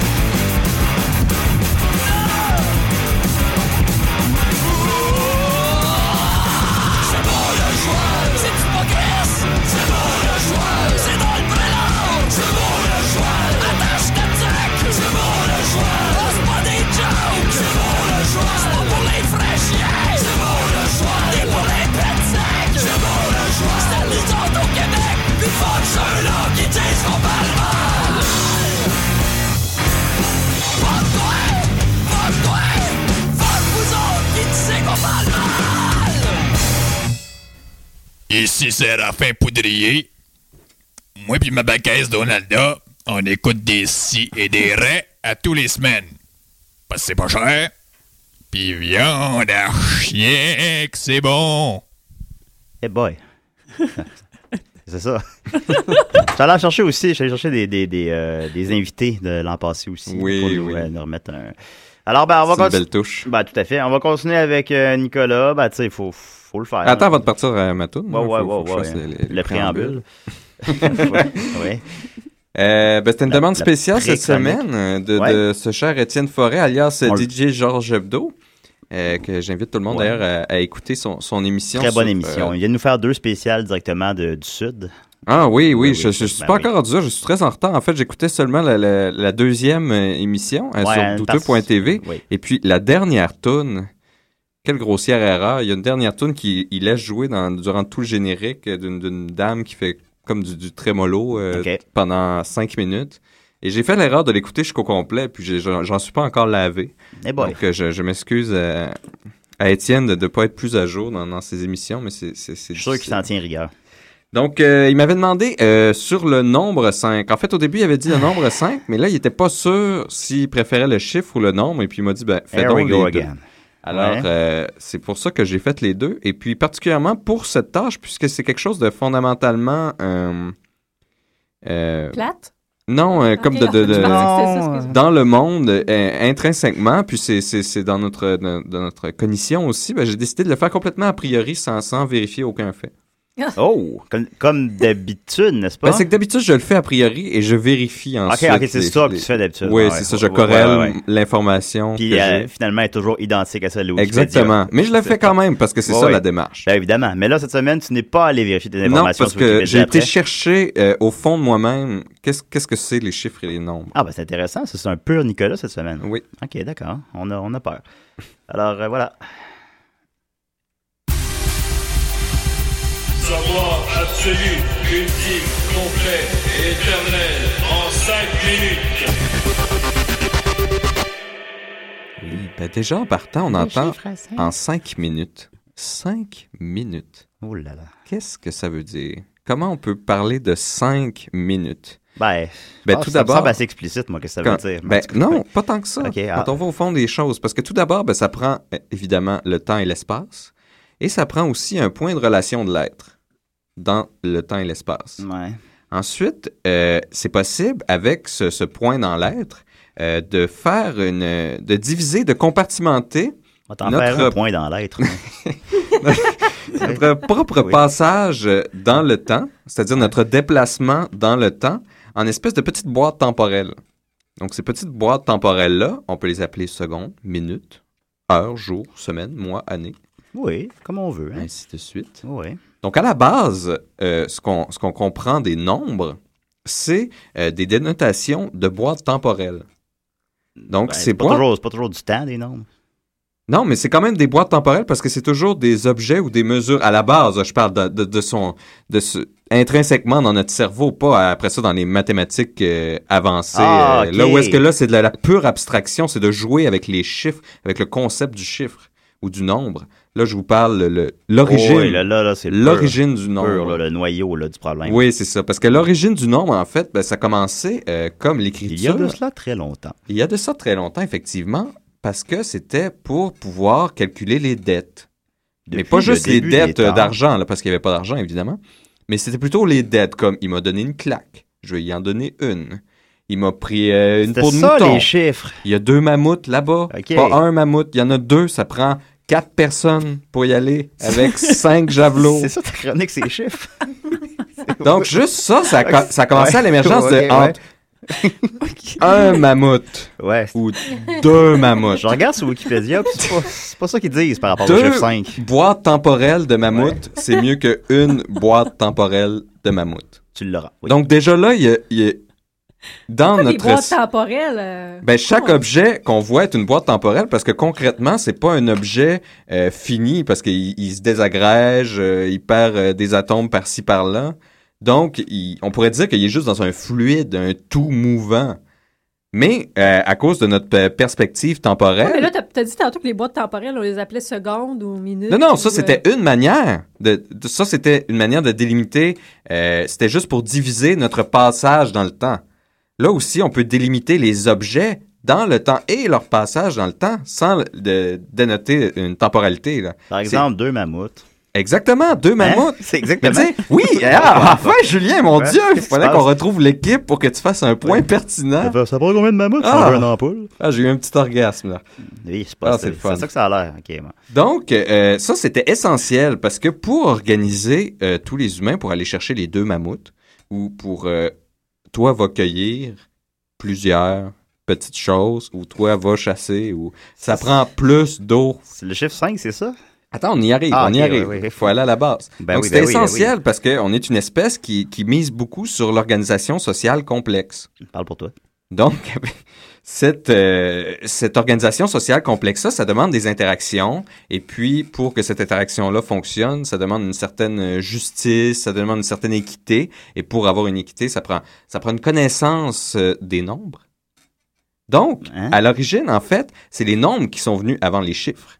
Speaker 3: C'est beau le choix, c'est tu progresses C'est beau le choix, c'est dans le prélat C'est beau le choix, attache ta tac C'est beau le choix, passe pas des jokes C'est beau le choix, c'est pas pour les fraîchiers C'est beau le choix, t'es pour les pets secs C'est beau le choix, c'est la légende au Québec Puis fuck ceux-là qui disent qu'on parle mal Fuck toi, fuck toi Fuck vous autres qui disent qu'on parle mal
Speaker 10: Ici Séraphin Poudrier. Moi puis ma baquesse Donalda, on écoute des si et des raies à tous les semaines. Parce que c'est pas cher. Puis viande à chien que c'est bon.
Speaker 4: Eh boy. C'est ça. J'allais en chercher aussi. J'allais chercher des, des, des, euh, des invités de l'an passé aussi.
Speaker 5: Oui,
Speaker 4: pour nous, euh, nous remettre un. Alors, ben, on va
Speaker 5: C'est une
Speaker 4: continu-
Speaker 5: belle touche.
Speaker 4: Ben, tout à fait. On va continuer avec euh, Nicolas. Ben, tu sais, il faut, faut le faire.
Speaker 5: Attends
Speaker 4: hein.
Speaker 5: avant de partir à ma toune,
Speaker 4: Ouais,
Speaker 5: hein,
Speaker 4: ouais,
Speaker 5: faut- faut
Speaker 4: ouais,
Speaker 5: que je
Speaker 4: ouais.
Speaker 5: fasse les- les-
Speaker 4: Le préambule.
Speaker 5: les préambules.
Speaker 4: oui.
Speaker 5: Euh, ben, c'était une
Speaker 4: La-
Speaker 5: demande
Speaker 4: la
Speaker 5: spéciale cette
Speaker 4: pré-chronique.
Speaker 5: semaine euh, de,
Speaker 4: Ouais.
Speaker 5: de ce cher Étienne Forêt, alias euh,
Speaker 4: On le-
Speaker 5: DJ Georges Hebdo, euh, que j'invite tout le monde
Speaker 4: Ouais.
Speaker 5: d'ailleurs à, à écouter son, son émission.
Speaker 4: Très bonne
Speaker 5: sur,
Speaker 4: émission.
Speaker 5: euh,
Speaker 4: Il vient de nous faire deux spéciales directement de- du Sud.
Speaker 5: Ah oui, oui,
Speaker 4: Ben
Speaker 5: je, je suis
Speaker 4: ben
Speaker 5: pas
Speaker 4: oui.
Speaker 5: encore rendu là, je suis très en retard. En fait, j'écoutais seulement la, la- la deuxième euh, émission euh,
Speaker 4: Ouais, hein,
Speaker 5: sur
Speaker 4: parce-
Speaker 5: douteux.tv.
Speaker 4: oui.
Speaker 5: Et puis la dernière toune, quelle grossière erreur. Il y a une dernière toune qu'il il laisse jouer dans, durant tout le générique euh, d'une d'une dame qui fait comme du, du trémolo euh, pendant cinq minutes. Et j'ai fait l'erreur de l'écouter jusqu'au complet, puis j'ai- j'en j'en suis pas encore lavé.
Speaker 4: Eh boy.
Speaker 5: Donc euh, je, je m'excuse euh, à Étienne de ne pas être plus à jour dans, dans ses émissions, mais c'est... Je suis
Speaker 4: sûr qu'il s'en tient rigueur.
Speaker 5: Donc, euh, il m'avait demandé euh, sur le nombre 5. En fait, au début, il avait dit le nombre 5, mais là, il était pas sûr s'il préférait le chiffre ou le nombre. Et puis, il m'a dit, ben, fais
Speaker 4: Here
Speaker 5: donc
Speaker 4: we go
Speaker 5: les deux.
Speaker 4: again.
Speaker 5: Alors,
Speaker 4: Ouais.
Speaker 5: euh, c'est pour ça que j'ai fait les deux. Et puis, particulièrement pour cette tâche, puisque c'est quelque chose de fondamentalement... euh, euh,
Speaker 6: Plate?
Speaker 5: non, euh, comme de, de- de-
Speaker 6: Je pensais que c'était ça, excuse-moi.
Speaker 5: dans le monde euh, intrinsèquement, puis c'est, c'est, c'est dans notre dans, dans notre cognition aussi. ben, j'ai décidé de le faire complètement a priori sans, sans vérifier aucun fait.
Speaker 4: Oh, comme, comme d'habitude, n'est-ce pas?
Speaker 5: Ben, c'est que d'habitude je le fais a priori et je vérifie ensuite.
Speaker 4: ok, c'est
Speaker 5: les-
Speaker 4: ça que
Speaker 5: les-
Speaker 4: tu fais d'habitude.
Speaker 5: Oui,
Speaker 4: Ouais,
Speaker 5: c'est
Speaker 4: ouais,
Speaker 5: ça. Je
Speaker 4: ouais, ouais,
Speaker 5: corrèle
Speaker 4: ouais, ouais.
Speaker 5: l'information.
Speaker 4: Puis
Speaker 5: que
Speaker 4: euh,
Speaker 5: j'ai.
Speaker 4: finalement, elle est toujours identique à celle où
Speaker 5: Exactement. Mais je le fais quand même parce que c'est ça, la démarche.
Speaker 4: Ben, évidemment. Mais là, cette semaine, tu n'es pas allé vérifier tes
Speaker 5: Non,
Speaker 4: informations.
Speaker 5: parce
Speaker 4: sur Wikipédia
Speaker 5: que j'ai été
Speaker 4: après.
Speaker 5: chercher euh, au fond de moi-même qu'est-ce, qu'est-ce que c'est les chiffres et les nombres.
Speaker 4: Ah, ben c'est intéressant. ça, C'est un pur Nicolas cette semaine.
Speaker 5: Oui.
Speaker 4: Ok, d'accord. On a, on a peur. Alors, euh, voilà.
Speaker 11: Savoir absolu, ultime, complet, éternel, en 5 minutes.
Speaker 5: Oui, ben déjà en partant, on
Speaker 11: Le
Speaker 5: entend
Speaker 11: chiffre à cinq.
Speaker 5: en cinq minutes. Cinq minutes.
Speaker 4: Oh là là.
Speaker 5: Qu'est-ce que ça veut dire? Comment on peut parler de cinq minutes?
Speaker 4: Ben,
Speaker 5: ben
Speaker 4: ah,
Speaker 5: tout
Speaker 4: ça me
Speaker 5: d'abord.
Speaker 4: semble assez explicite, moi, que ça veut
Speaker 5: Quand-
Speaker 4: dire. Mais
Speaker 5: Ben,
Speaker 4: en tout cas,
Speaker 5: non, pas tant que ça.
Speaker 4: Ok,
Speaker 5: Quand
Speaker 4: ah.
Speaker 5: on va au fond des choses. Parce que tout d'abord, ben, ça prend euh, évidemment le temps et l'espace. Et ça prend aussi un point de relation de l'être dans le temps et l'espace. Ensuite, euh, c'est possible, avec ce, ce point dans l'être, euh, de faire une. de diviser, de compartimenter.
Speaker 4: On va t'en faire un point dans l'être. hein.
Speaker 5: notre propre
Speaker 4: Oui.
Speaker 5: passage euh, dans le temps, c'est-à-dire notre déplacement dans le temps, en espèce de petites boîtes temporelles. Donc, ces petites boîtes temporelles-là, on peut les appeler secondes, minutes, heures, jours, semaines, mois, années.
Speaker 4: Oui, comme on veut. hein.
Speaker 5: Ainsi de suite.
Speaker 4: Oui.
Speaker 5: Donc, à la base, euh, ce qu'on ce qu'on comprend des nombres, c'est euh, des dénotations de boîtes temporelles. Donc,
Speaker 4: Ben,
Speaker 5: ces
Speaker 4: pas
Speaker 5: boîtes...
Speaker 4: toujours- C'est pas toujours du temps, des nombres.
Speaker 5: Non, mais c'est quand même des boîtes temporelles parce que c'est toujours des objets ou des mesures à la base. Je parle de, de- de son de ce, intrinsèquement dans notre cerveau, pas après ça dans les mathématiques euh, avancées.
Speaker 4: Ah,
Speaker 5: euh,
Speaker 4: ok.
Speaker 5: Là où est-ce que là c'est de la, la pure abstraction, c'est de jouer avec les chiffres, avec le concept du chiffre ou du nombre. Là, je vous parle le- le- l'origine.
Speaker 4: Oui, Oh, là, là, là, c'est pur.
Speaker 5: l'origine du nombre.
Speaker 4: Pur, là, le noyau là, du problème.
Speaker 5: Oui, c'est ça. Parce que l'origine du nombre, en fait, ben, ça a commencé euh, comme l'écriture.
Speaker 4: Il y a de cela très longtemps.
Speaker 5: Il y a de ça très longtemps, effectivement, parce que c'était pour pouvoir calculer les dettes. mais
Speaker 4: Depuis
Speaker 5: pas
Speaker 4: le
Speaker 5: juste les
Speaker 4: début des
Speaker 5: dettes euh,
Speaker 4: temps.
Speaker 5: d'argent, là, parce qu'il n'y avait pas d'argent, évidemment. Mais c'était plutôt les dettes, comme il m'a donné une claque, je vais y en donner une. Il m'a pris euh, une
Speaker 4: C'était
Speaker 5: peau de
Speaker 4: ça,
Speaker 5: mouton.
Speaker 4: les chiffres.
Speaker 5: Il y a deux mammouths là-bas. Pas un mammouth, il y en a deux, ça prend quatre personnes pour y aller avec cinq javelots.
Speaker 4: C'est ça ta chronique, ces chiffres.
Speaker 5: Donc, juste ça, ça a, co- ça a commencé à
Speaker 4: Ah, Ouais.
Speaker 5: l'émergence
Speaker 4: Ouais, ouais.
Speaker 5: de entre un mammouth ou deux mammouths.
Speaker 4: Je regarde sur Wikipédia, puis c'est pas, c'est pas ça qu'ils disent par rapport au
Speaker 5: Deux
Speaker 4: chiffre 5.
Speaker 5: boîtes temporelles de mammouth, c'est mieux qu'une boîte temporelle de mammouth.
Speaker 4: Tu l'auras.
Speaker 5: Donc, déjà là, il y a- il y a- dans
Speaker 6: Pas des
Speaker 5: notre.
Speaker 6: boîtes temporelles. euh,
Speaker 5: Ben, chaque
Speaker 6: non.
Speaker 5: objet qu'on voit est une boîte temporelle parce que concrètement, c'est pas un objet euh, fini parce qu'il il se désagrège, euh, il perd euh, des atomes par-ci par-là. Donc, il- on pourrait dire qu'il est juste dans un fluide, un tout mouvant. Mais euh, à cause de notre euh, perspective temporelle,
Speaker 6: Ouais, Oh, mais là, t'as- t'as dit tantôt que les boîtes temporelles, on les appelait secondes ou minutes.
Speaker 5: non, non, ça
Speaker 6: ou,
Speaker 5: c'était
Speaker 6: euh,
Speaker 5: une manière. De, de- ça c'était une manière de délimiter. euh, c'était juste pour diviser notre passage dans le temps. Là aussi, on peut délimiter les objets dans le temps et leur passage dans le temps sans le- de- dénoter une temporalité. là.
Speaker 4: Par exemple, deux mammouths.
Speaker 5: Exactement, deux mammouths.
Speaker 4: C'est Hein? exactement.
Speaker 5: Mais tu sais, oui, ah, enfin, Julien, mon
Speaker 4: Ouais,
Speaker 5: Dieu, il
Speaker 4: qu'est-ce qui
Speaker 5: fallait
Speaker 4: se
Speaker 5: qu'on
Speaker 4: passe?
Speaker 5: retrouve l'équipe pour que tu fasses un point pertinent.
Speaker 12: Ça, ça prend combien de mammouths
Speaker 5: hein? Ah.
Speaker 12: On veut un ampoule.
Speaker 5: Ah, j'ai eu un petit orgasme, là.
Speaker 4: Oui, c'est pas
Speaker 5: Ah,
Speaker 4: ça.
Speaker 5: c'est le fun.
Speaker 4: C'est ça que ça a l'air. Ok, bon.
Speaker 5: Donc, euh, ça, c'était essentiel parce que pour organiser euh, tous les humains pour aller chercher les deux mammouths ou pour euh, toi va cueillir plusieurs petites choses ou toi va chasser ou ça prend plus d'eau.
Speaker 4: Le chiffre 5, c'est ça?
Speaker 5: Attends, on y arrive,
Speaker 4: Ah,
Speaker 5: on y
Speaker 4: ok,
Speaker 5: arrive.
Speaker 4: oui, oui,
Speaker 5: Il faut aller à la base.
Speaker 4: Ben
Speaker 5: Donc,
Speaker 4: oui,
Speaker 5: c'était
Speaker 4: ben oui, ben oui.
Speaker 5: essentiel parce qu'on est une espèce qui, qui mise beaucoup sur l'organisation sociale complexe.
Speaker 4: Parle pour toi.
Speaker 5: Donc, cette, euh, cette organisation sociale complexe, ça demande des interactions. Et puis, pour que cette interaction-là fonctionne, ça demande une certaine euh, justice, ça demande une certaine équité. Et pour avoir une équité, ça prend, ça prend une connaissance euh, des nombres. Donc, à l'origine, en fait, c'est les nombres qui sont venus avant les chiffres.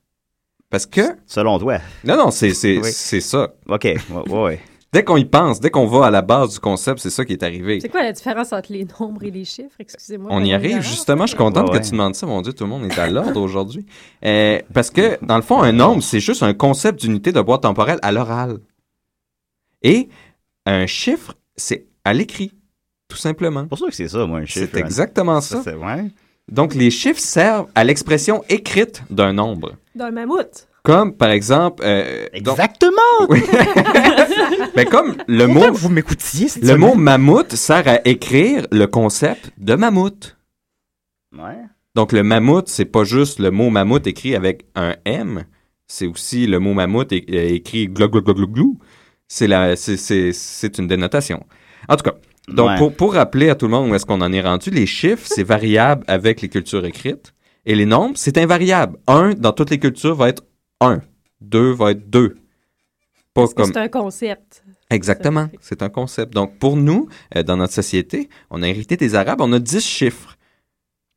Speaker 5: Parce que...
Speaker 4: Selon toi.
Speaker 5: Non, non, c'est c'est-
Speaker 4: Oui.
Speaker 5: c'est ça.
Speaker 4: OK, ouais, ouais, ouais.
Speaker 5: Dès qu'on y pense, dès qu'on va à la base du concept, c'est ça qui est arrivé.
Speaker 6: C'est quoi la différence entre les nombres et les chiffres? Excusez-moi.
Speaker 5: ben, On y
Speaker 6: Madame
Speaker 5: arrive,
Speaker 6: Garand.
Speaker 5: justement. Je suis contente
Speaker 6: Ouais,
Speaker 5: que tu demandes ça. Mon Dieu, tout le monde est à l'ordre aujourd'hui. Euh, parce que, dans le fond, un nombre, c'est juste un concept d'unité de boîte temporelle à l'oral. Et un chiffre, c'est à l'écrit, tout simplement. C'est
Speaker 4: pour ça que c'est ça, moi, un chiffre.
Speaker 5: C'est
Speaker 4: hein.
Speaker 5: exactement ça.
Speaker 4: Ça, c'est- ouais.
Speaker 5: Donc, les chiffres servent à l'expression écrite d'un nombre.
Speaker 6: D'un mammouth.
Speaker 5: Comme, par exemple...
Speaker 4: Exactement!
Speaker 5: Mais ben, comme le mot... vous
Speaker 4: m'écoutiez
Speaker 5: Le mot mammouth sert à écrire le concept de mammouth.
Speaker 4: Ouais.
Speaker 5: Donc, le mammouth, c'est pas juste le mot mammouth écrit avec un M, c'est aussi le mot mammouth é- euh, écrit glou glou glou glou glou. C'est la, c'est, c'est, c'est une dénotation. En tout cas, donc
Speaker 4: Ouais.
Speaker 5: pour, pour rappeler à tout le monde où est-ce qu'on en est rendu, les chiffres, c'est variable avec les cultures écrites. Et les nombres, c'est invariable. Un, dans toutes les cultures, va être un. Deux va être deux. Pas
Speaker 6: Parce que
Speaker 5: comme... Euh,
Speaker 6: C'est un concept.
Speaker 5: Exactement, c'est un concept. Donc, pour nous, euh, dans notre société, on a hérité des Arabes, on a 10 chiffres.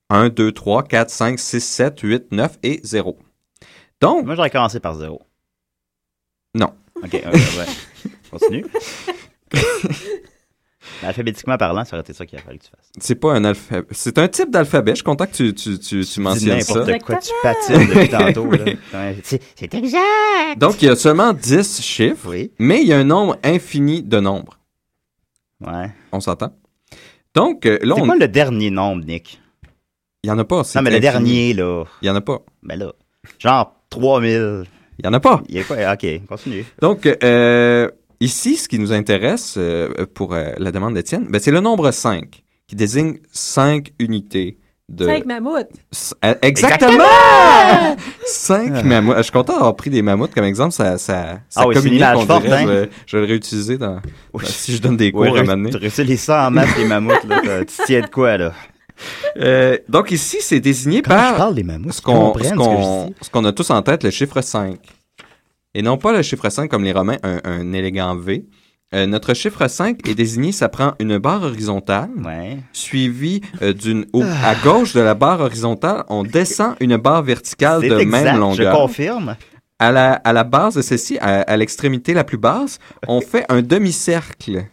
Speaker 5: 1, 2, 3, 4, 5, 6, 7, 8, 9 et 0. Donc...
Speaker 4: Moi, j'aurais commencé par 0.
Speaker 5: Non.
Speaker 4: OK, ouais, ouais, ouais. Continue. Mais Alphabétiquement parlant, ça aurait été ça qu'il a fallu que tu fasses.
Speaker 5: C'est pas un alphabet. C'est un type d'alphabet. Je suis content que tu, tu, tu, tu mentionnes ça.
Speaker 4: n'importe quoi, tu patines depuis tantôt, là. Ouais, c'est- c'est exact!
Speaker 5: Donc, il y a seulement 10 chiffres, mais il y a un nombre infini de nombres.
Speaker 4: Ouais.
Speaker 5: On s'entend? Donc, euh, là,
Speaker 4: C'est
Speaker 5: on...
Speaker 4: quoi le dernier nombre, Nick?
Speaker 5: Il y en a pas. c'est
Speaker 4: Non, mais le
Speaker 5: infini.
Speaker 4: dernier, là.
Speaker 5: Il y en a pas.
Speaker 4: Ben là, genre 3000.
Speaker 5: Il y en a pas.
Speaker 4: Il y a quoi? OK, continue.
Speaker 5: Donc, euh, ici, ce qui nous intéresse euh, pour euh, la demande d'Étienne, ben, c'est le nombre 5, qui désigne 5 unités de...
Speaker 6: Cinq mammouths.
Speaker 5: S- euh, Exactement!
Speaker 6: Exactement!
Speaker 5: 5 mammouths. Je suis content d'avoir pris des mammouths comme exemple. Ça, ça, ça
Speaker 4: Ah oui, c'est une
Speaker 5: communique,
Speaker 4: image
Speaker 5: on
Speaker 4: forte,
Speaker 5: dirait.
Speaker 4: hein?
Speaker 5: Je, vais- je vais le réutiliser dans, dans- Bah, si je donne des cours à un moment donné.
Speaker 4: Tu réussis les 100 en maths, les mammouths, là. t'as- Tu tiens de quoi,
Speaker 5: Bah,
Speaker 4: là?
Speaker 5: Euh, donc ici, c'est désigné par
Speaker 4: je parle des mammouths,
Speaker 5: ce
Speaker 4: ils
Speaker 5: qu'on
Speaker 4: comprennent ce
Speaker 5: ce
Speaker 4: que
Speaker 5: qu'on-
Speaker 4: je
Speaker 5: ce qu'on a tous en tête, le chiffre 5. Et non pas le chiffre 5 comme les Romains, un, un élégant V. Euh, notre chiffre 5 est désigné, ça prend une barre horizontale, suivie euh, d'une... au-
Speaker 4: Ah.
Speaker 5: À gauche de la barre horizontale, on descend une barre verticale
Speaker 4: C'est
Speaker 5: de
Speaker 4: exact,
Speaker 5: même longueur.
Speaker 4: Je confirme.
Speaker 5: À la, à la base de ceci, à, à l'extrémité la plus basse, on fait un demi-cercle.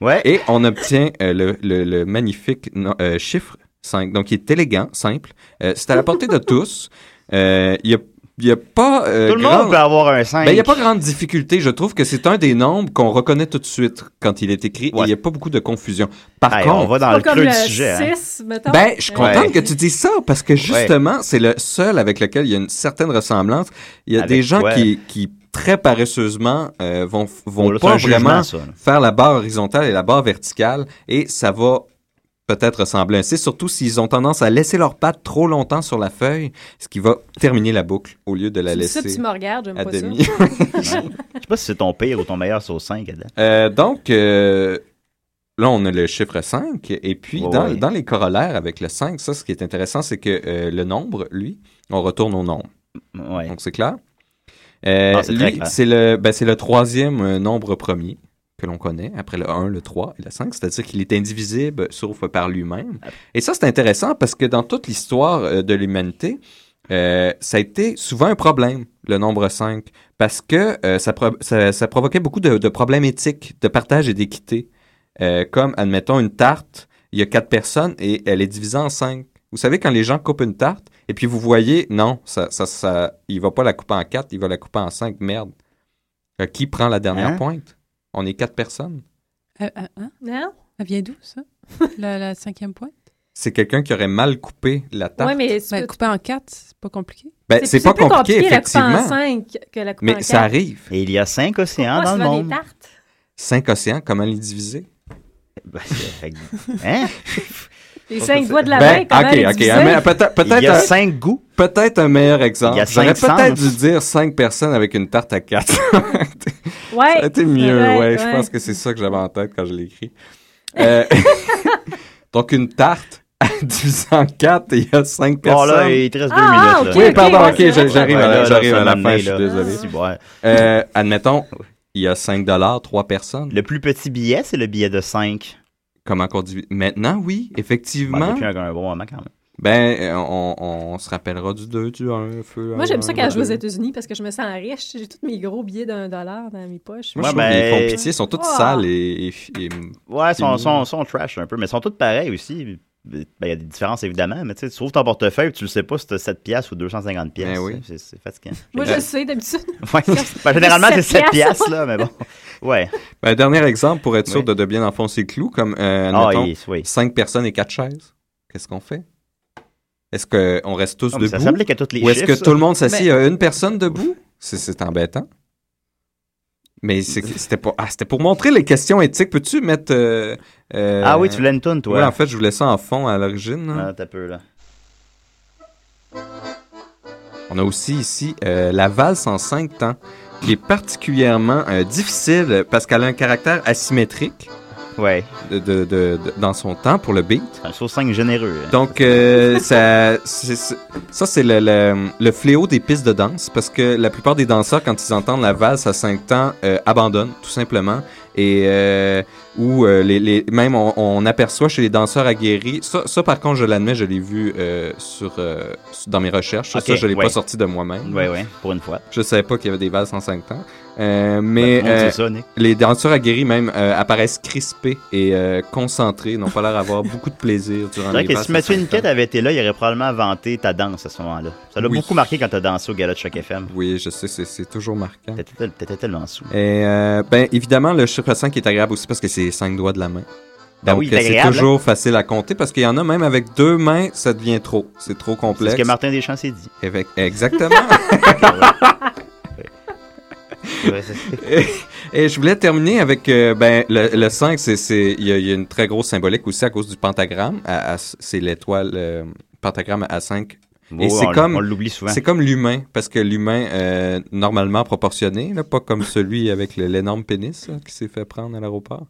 Speaker 4: Ouais.
Speaker 5: Et on obtient euh, le, le- le magnifique no- euh, chiffre 5. Donc, il est élégant, simple. Euh, c'est à la portée de tous. Euh, Il n'y a, pas. euh,
Speaker 4: Tout le
Speaker 5: grande-
Speaker 4: monde peut avoir un 5.
Speaker 5: Ben, Il n'y a pas grande difficulté. Je trouve que c'est un des nombres qu'on reconnaît tout de suite quand il est écrit. et Il n'y a pas beaucoup de confusion. Par
Speaker 4: Hey, on
Speaker 5: contre,
Speaker 4: va dans Pas le comme creux le du sujet, hein.
Speaker 6: 6, mettons.
Speaker 5: ben, je suis
Speaker 6: Euh,
Speaker 5: contente
Speaker 4: Ouais.
Speaker 5: que tu dises ça parce que justement, c'est le seul avec lequel il y a une certaine ressemblance. Il y a
Speaker 4: Avec
Speaker 5: des gens
Speaker 4: quoi?
Speaker 5: qui, qui très paresseusement euh, vont, vont
Speaker 4: Oh là, c'est
Speaker 5: pas
Speaker 4: un jugement,
Speaker 5: vraiment
Speaker 4: ça, là.
Speaker 5: faire la barre horizontale et la barre verticale et ça va peut-être ressembler à un 6, surtout s'ils ont tendance à laisser leurs pattes trop longtemps sur la feuille, ce qui va terminer la boucle au lieu de la
Speaker 6: Tu me dis
Speaker 5: laisser
Speaker 6: ça, puis tu me regardes, j'aime
Speaker 5: à
Speaker 6: pas ça.
Speaker 5: demi.
Speaker 4: Je sais pas si c'est ton pire ou ton meilleur sur 5, Adam.
Speaker 5: Euh, donc, euh, là, on a le chiffre 5. Et puis,
Speaker 4: Ouais,
Speaker 5: dans,
Speaker 4: ouais.
Speaker 5: dans les corollaires avec le 5, ça, ce qui est intéressant, c'est que euh, le nombre, lui, on retourne au nombre. Donc, c'est clair. Euh,
Speaker 4: Ah, c'est très
Speaker 5: lui,
Speaker 4: clair.
Speaker 5: c'est le, ben, c'est le troisième euh, nombre premier que l'on connaît, après le 1, le 3 et le 5, c'est-à-dire qu'il est indivisible sauf par lui-même.
Speaker 4: Ah.
Speaker 5: Et ça, c'est intéressant parce que dans toute l'histoire euh, de l'humanité, euh, ça a été souvent un problème, le nombre 5, parce que euh, ça, pro- ça- ça provoquait beaucoup de, de problèmes éthiques, de partage et d'équité. Euh, comme, admettons, une tarte, il y a quatre personnes et elle est divisée en cinq. Vous savez, quand les gens coupent une tarte, et puis vous voyez, non, ça, ça, ça, il va pas la couper en quatre, il va la couper en cinq, merde. Euh, qui prend la dernière
Speaker 1: Hein?
Speaker 5: pointe? On est quatre personnes.
Speaker 1: Euh, euh, hein?
Speaker 6: Non?
Speaker 1: Ça vient d'où, ça? la, la cinquième pointe?
Speaker 5: C'est quelqu'un qui aurait mal coupé la tarte.
Speaker 6: Ouais, mais
Speaker 1: Ben, couper en quatre, c'est pas compliqué.
Speaker 5: Ben, c'est pas
Speaker 6: plus
Speaker 5: compliqué, effectivement.
Speaker 6: la coupe en 5 que la coupe en
Speaker 5: Mais ça
Speaker 6: quatre.
Speaker 5: arrive.
Speaker 4: Et il y a cinq océans dans
Speaker 6: Pourquoi tu
Speaker 4: le
Speaker 6: vends des
Speaker 4: monde.
Speaker 6: tartes?
Speaker 5: Cinq océans, comment les diviser?
Speaker 4: Ben, Hein?
Speaker 6: Les cinq doigts de la main,
Speaker 5: Ben,
Speaker 6: comment
Speaker 5: ok,
Speaker 6: les
Speaker 5: ok.
Speaker 6: diviser?
Speaker 5: un meilleur- Peut-être, peut-être euh,
Speaker 4: Il y a
Speaker 5: un-
Speaker 4: cinq goûts.
Speaker 5: Peut-être un meilleur exemple.
Speaker 4: Il y a
Speaker 5: J'aurais
Speaker 4: cinq
Speaker 5: peut-être
Speaker 4: sens.
Speaker 5: dû dire cinq personnes avec une tarte à quatre.
Speaker 6: Ouais.
Speaker 5: Ça a été mieux, ouais.
Speaker 6: Ouais,
Speaker 5: Je
Speaker 6: ouais.
Speaker 5: pense que c'est ça que j'avais en tête quand je l'ai écrit. Euh, donc, une tarte à diviser en quatre, et il y a cinq
Speaker 4: Bon,
Speaker 5: personnes.
Speaker 4: Oh là, il te reste deux
Speaker 5: Ah,
Speaker 4: minutes,
Speaker 5: ok,
Speaker 4: là.
Speaker 5: Oui, pardon,
Speaker 4: ok,
Speaker 5: ok,
Speaker 4: ouais,
Speaker 5: j'a- j'arrive
Speaker 4: ouais,
Speaker 5: à
Speaker 4: là,
Speaker 5: la,
Speaker 4: là,
Speaker 5: j'arrive
Speaker 4: ça
Speaker 5: à la
Speaker 4: m'a
Speaker 5: fin,
Speaker 4: amené,
Speaker 5: je suis
Speaker 4: là.
Speaker 5: désolé.
Speaker 4: Si, ouais.
Speaker 5: Euh, admettons, il y a 5 dollars, trois personnes.
Speaker 4: Le plus petit billet, c'est le billet de 5.
Speaker 5: Comment qu'on divise? Maintenant, oui, effectivement.
Speaker 4: Bah, depuis un, un bon moment, quand même.
Speaker 5: Ben, euh, on, on se rappellera du 2, du 1, feu.
Speaker 6: Moi, j'aime ça quand
Speaker 5: qu'elle
Speaker 6: je joue aux États-Unis parce que je me sens riche. J'ai tous mes gros billets d'un dollar dans mes poches.
Speaker 5: Moi, je trouve qu'ils
Speaker 4: ben-
Speaker 5: font pitié, ils sont tous
Speaker 6: Ah.
Speaker 5: sales et. et, et-
Speaker 4: Ouais, sont,
Speaker 5: et-
Speaker 4: sont, sont trash un peu, mais sont toutes pareilles aussi. Ben, Il y a des différences évidemment, mais tu sais, tu trouves ton portefeuille, tu le sais pas si t'as 7 piastres ou 250 piastres.
Speaker 5: Ben oui.
Speaker 4: C'est- C'est fatigant.
Speaker 6: Moi, je
Speaker 4: Ouais.
Speaker 6: le sais d'habitude.
Speaker 4: Ouais. Ben, généralement, c'est 7 piastres,
Speaker 6: piastres.
Speaker 4: là, mais bon. Ouais.
Speaker 5: Ben, dernier exemple pour être sûr
Speaker 4: Oui.
Speaker 5: de, de bien enfoncer le clou, comme euh,
Speaker 4: Ah,
Speaker 5: admettons,
Speaker 4: yes, oui.
Speaker 5: cinq personnes et quatre chaises. Qu'est-ce qu'on fait? Est-ce qu'on reste tous
Speaker 4: Ah, mais
Speaker 5: debout?
Speaker 4: ça s'applique à toutes les
Speaker 5: Ou est-ce que
Speaker 4: chiffres, ça.
Speaker 5: tout le monde
Speaker 4: Mais-
Speaker 5: s'assied à une personne debout? C'est- C'est embêtant. Mais c'est- c'était pour, ah, c'était pour montrer les questions éthiques. Peux-tu mettre. euh, euh,
Speaker 4: Ah oui, tu voulais une toune, toi.
Speaker 5: Oui, en fait, je voulais ça en fond à l'origine. hein. là.
Speaker 4: Ah, t'as peu, là.
Speaker 5: On a aussi ici euh, la valse en cinq temps, qui est particulièrement euh, difficile parce qu'elle a un caractère asymétrique.
Speaker 4: Ouais.
Speaker 5: dans son temps pour le beat.
Speaker 4: Un saut 5 généreux. hein.
Speaker 5: Donc, euh, ça, c'est- c'est- ça, c'est le, le- le fléau des pistes de danse parce que la plupart des danseurs, quand ils entendent la valse à 5 temps, euh, abandonnent tout simplement. Et euh, ou euh, les, les- même on, on aperçoit chez les danseurs aguerris. Ça, ça par contre, je l'admets, je l'ai vu euh, sur, euh, dans mes recherches.
Speaker 4: Ok,
Speaker 5: ça, je l'ai
Speaker 4: ouais.
Speaker 5: pas sorti de moi-même.
Speaker 4: Ouais, ouais, pour une fois.
Speaker 5: Je savais pas qu'il y avait des valses en 5 temps. Euh, mais
Speaker 4: Ben, montre
Speaker 5: euh,
Speaker 4: ça, Nick.
Speaker 5: les danseurs aguerris même euh, apparaissent crispés et euh, concentrés, n'ont pas l'air d'avoir beaucoup de plaisir durant
Speaker 4: C'est vrai
Speaker 5: les
Speaker 4: que
Speaker 5: valses
Speaker 4: si
Speaker 5: en
Speaker 4: Mathieu
Speaker 5: cinq temps.
Speaker 4: Niquette avait été là, il aurait probablement vanté ta danse à ce moment-là. Ça l'a
Speaker 5: Oui.
Speaker 4: beaucoup marqué quand t'as dansé au gala de Choc FM.
Speaker 5: Oui, je sais, c'est- c'est toujours marquant.
Speaker 4: T'étais tel- t'étais tellement sous.
Speaker 5: Et euh, ben évidemment le chiffre 5 est agréable aussi parce que c'est les cinq doigts de la main.
Speaker 4: Ben
Speaker 5: Donc
Speaker 4: oui, il est
Speaker 5: euh, c'est
Speaker 4: agréable,
Speaker 5: toujours facile à compter parce qu'il y en a même avec deux mains, ça devient trop, c'est trop complexe.
Speaker 4: C'est ce que Martin Deschamps s'est dit.
Speaker 5: Avec- exactement.
Speaker 4: Ouais, c'est-
Speaker 5: et, et je voulais terminer avec euh, ben, le, le 5, c'est- c'est- il y, a- il y a une très grosse symbolique aussi à cause du pentagramme. À- à- c'est l'étoile euh, pentagramme à 5.
Speaker 4: Oh, on- on l'oublie souvent.
Speaker 5: C'est comme l'humain, parce que l'humain euh, normalement proportionné, là, pas comme celui avec le- l'énorme pénis là, qui s'est fait prendre à l'aéroport.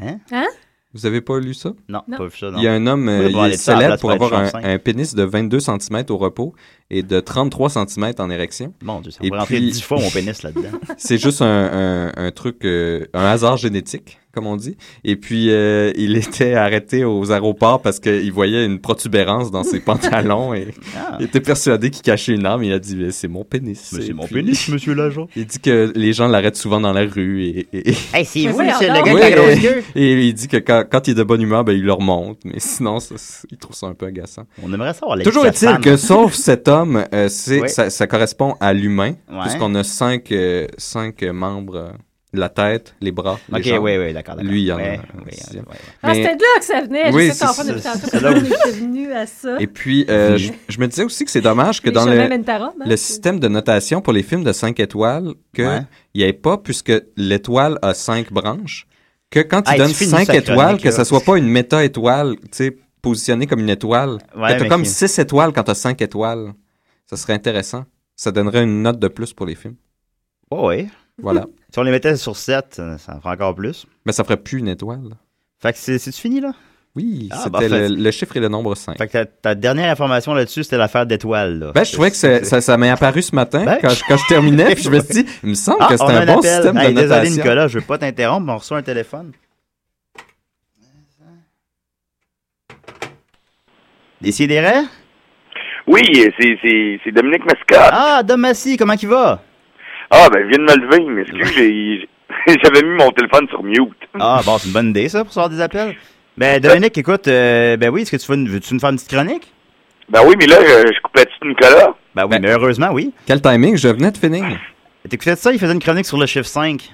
Speaker 4: Hein?
Speaker 6: Hein?
Speaker 5: Vous avez pas lu ça?
Speaker 4: Non,
Speaker 6: Non.
Speaker 4: pas vu ça, non.
Speaker 5: Il y a un homme
Speaker 4: Oui,
Speaker 5: euh,
Speaker 4: bon,
Speaker 5: il
Speaker 4: allez,
Speaker 5: est
Speaker 4: ça, à la
Speaker 5: célèbre
Speaker 4: place,
Speaker 5: pour
Speaker 4: tu vas
Speaker 5: avoir
Speaker 4: être
Speaker 5: un,
Speaker 4: champ cinq.
Speaker 5: un pénis de 22 cm au repos et de 33 cm en érection.
Speaker 4: Mon Dieu, ça
Speaker 5: Et
Speaker 4: pourrait rentrer
Speaker 5: puis-
Speaker 4: 10 fois mon pénis là-dedans.
Speaker 5: C'est juste un, un- un truc, euh, un hasard génétique, comme on dit. Et puis, euh, il était arrêté aux aéroports parce qu'il voyait une protubérance dans ses pantalons et
Speaker 4: Ah.
Speaker 5: il était persuadé qu'il cachait une arme. Il a dit, Mais c'est mon pénis.
Speaker 4: Mais c'est
Speaker 5: Et
Speaker 4: mon
Speaker 5: puis,
Speaker 4: pénis, monsieur l'agent.
Speaker 5: Il dit que les gens l'arrêtent souvent dans la rue et... et- et-
Speaker 4: Hey, c'est
Speaker 6: Mais
Speaker 4: vous, monsieur
Speaker 6: voyons
Speaker 4: le gars
Speaker 5: Oui,
Speaker 4: avec la grosse
Speaker 5: et-
Speaker 4: gueule.
Speaker 5: Et il dit que quand, quand il est de bonne humeur, ben, il leur monte. Mais sinon, ça, c'est- il trouve ça un peu agaçant.
Speaker 4: On aimerait savoir la vie
Speaker 5: Toujours
Speaker 4: de Ben, sa
Speaker 5: est-il
Speaker 4: femme.
Speaker 5: que sauf cet homme, euh, c'est-
Speaker 4: Oui.
Speaker 5: ça, ça correspond à l'humain,
Speaker 4: Ouais.
Speaker 5: puisqu'on a cinq, euh, cinq euh, membres, euh, la tête, les bras, les
Speaker 4: Ok,
Speaker 5: jambes.
Speaker 4: oui, oui, d'accord, d'accord.
Speaker 5: Lui, il y en
Speaker 4: Ouais,
Speaker 5: a.
Speaker 4: oui,
Speaker 5: aussi.
Speaker 6: Ah,
Speaker 5: Mais-
Speaker 6: c'était de là que ça venait.
Speaker 5: Oui,
Speaker 6: je sais
Speaker 5: c'est
Speaker 6: pas enfin
Speaker 5: ça,
Speaker 6: depuis
Speaker 5: c'est-
Speaker 6: tantôt.
Speaker 5: c'est là où-
Speaker 6: On était venu à ça.
Speaker 5: Et puis, euh, je, je me disais aussi que c'est dommage que
Speaker 6: Les
Speaker 5: dans
Speaker 6: chemins
Speaker 5: le,
Speaker 6: mènent à Rome, hein,
Speaker 5: le
Speaker 10: Euh,
Speaker 6: c'est-
Speaker 5: système de notation pour les films de 5 étoiles, qu'il
Speaker 4: Ouais.
Speaker 5: n'y ait pas, puisque l'étoile a 5 branches, que quand
Speaker 4: Hey,
Speaker 5: ils
Speaker 4: tu
Speaker 5: donnent
Speaker 4: finis
Speaker 5: 5
Speaker 4: sa
Speaker 5: étoiles,
Speaker 4: chronique,
Speaker 5: que
Speaker 4: là.
Speaker 5: ça soit pas une méta-étoile, tu sais, positionnée comme une étoile.
Speaker 4: Ouais,
Speaker 5: que t'as
Speaker 4: mais
Speaker 5: comme
Speaker 4: qui-
Speaker 5: 6 étoiles quand tu as 5 étoiles. Ça serait intéressant. Ça donnerait une note de plus pour les films.
Speaker 4: Oh, oui.
Speaker 5: Voilà.
Speaker 4: Si on les mettait sur 7, euh, ça en ferait encore plus.
Speaker 5: Mais ça ferait plus une étoile.
Speaker 4: Fait que c'est- c'est-tu fini, là?
Speaker 5: Oui,
Speaker 4: Ah,
Speaker 5: c'était
Speaker 4: bah, fait-
Speaker 5: le, le chiffre et le nombre 5.
Speaker 4: Fait que ta, ta dernière information là-dessus, c'était l'affaire d'étoiles, là.
Speaker 5: Ben, je trouvais que c'est- ça, ça m'est apparu ce matin
Speaker 4: Ben.
Speaker 5: quand, je, quand je terminais, puis je me suis dit, il me semble
Speaker 4: Ah,
Speaker 5: que c'est
Speaker 4: on a
Speaker 5: un bon
Speaker 4: appel.
Speaker 5: système
Speaker 4: Hey,
Speaker 5: de notation.
Speaker 4: Désolé, Nicolas, je veux pas t'interrompre, mais on reçoit un téléphone. Décidérez?
Speaker 10: Oui, c'est- c'est c'est Dominique Mascotte.
Speaker 4: Ah, Domassi, comment il va?
Speaker 10: Ah, ben, viens de me lever, mais excuse, j'ai- j'ai- j'avais mis mon téléphone sur mute.
Speaker 4: Ah, bon, c'est une bonne idée, ça, pour recevoir des appels. Ben, Dominique, écoute, euh, ben oui, est-ce que tu veux, une- veux-tu nous faire une petite chronique?
Speaker 10: Ben oui, mais là, je, coupais-tu Nicolas?
Speaker 4: Ben oui, mais heureusement, oui.
Speaker 5: Quel timing, je venais de finir.
Speaker 4: T'écoutais ça, il faisait une chronique sur le chiffre 5.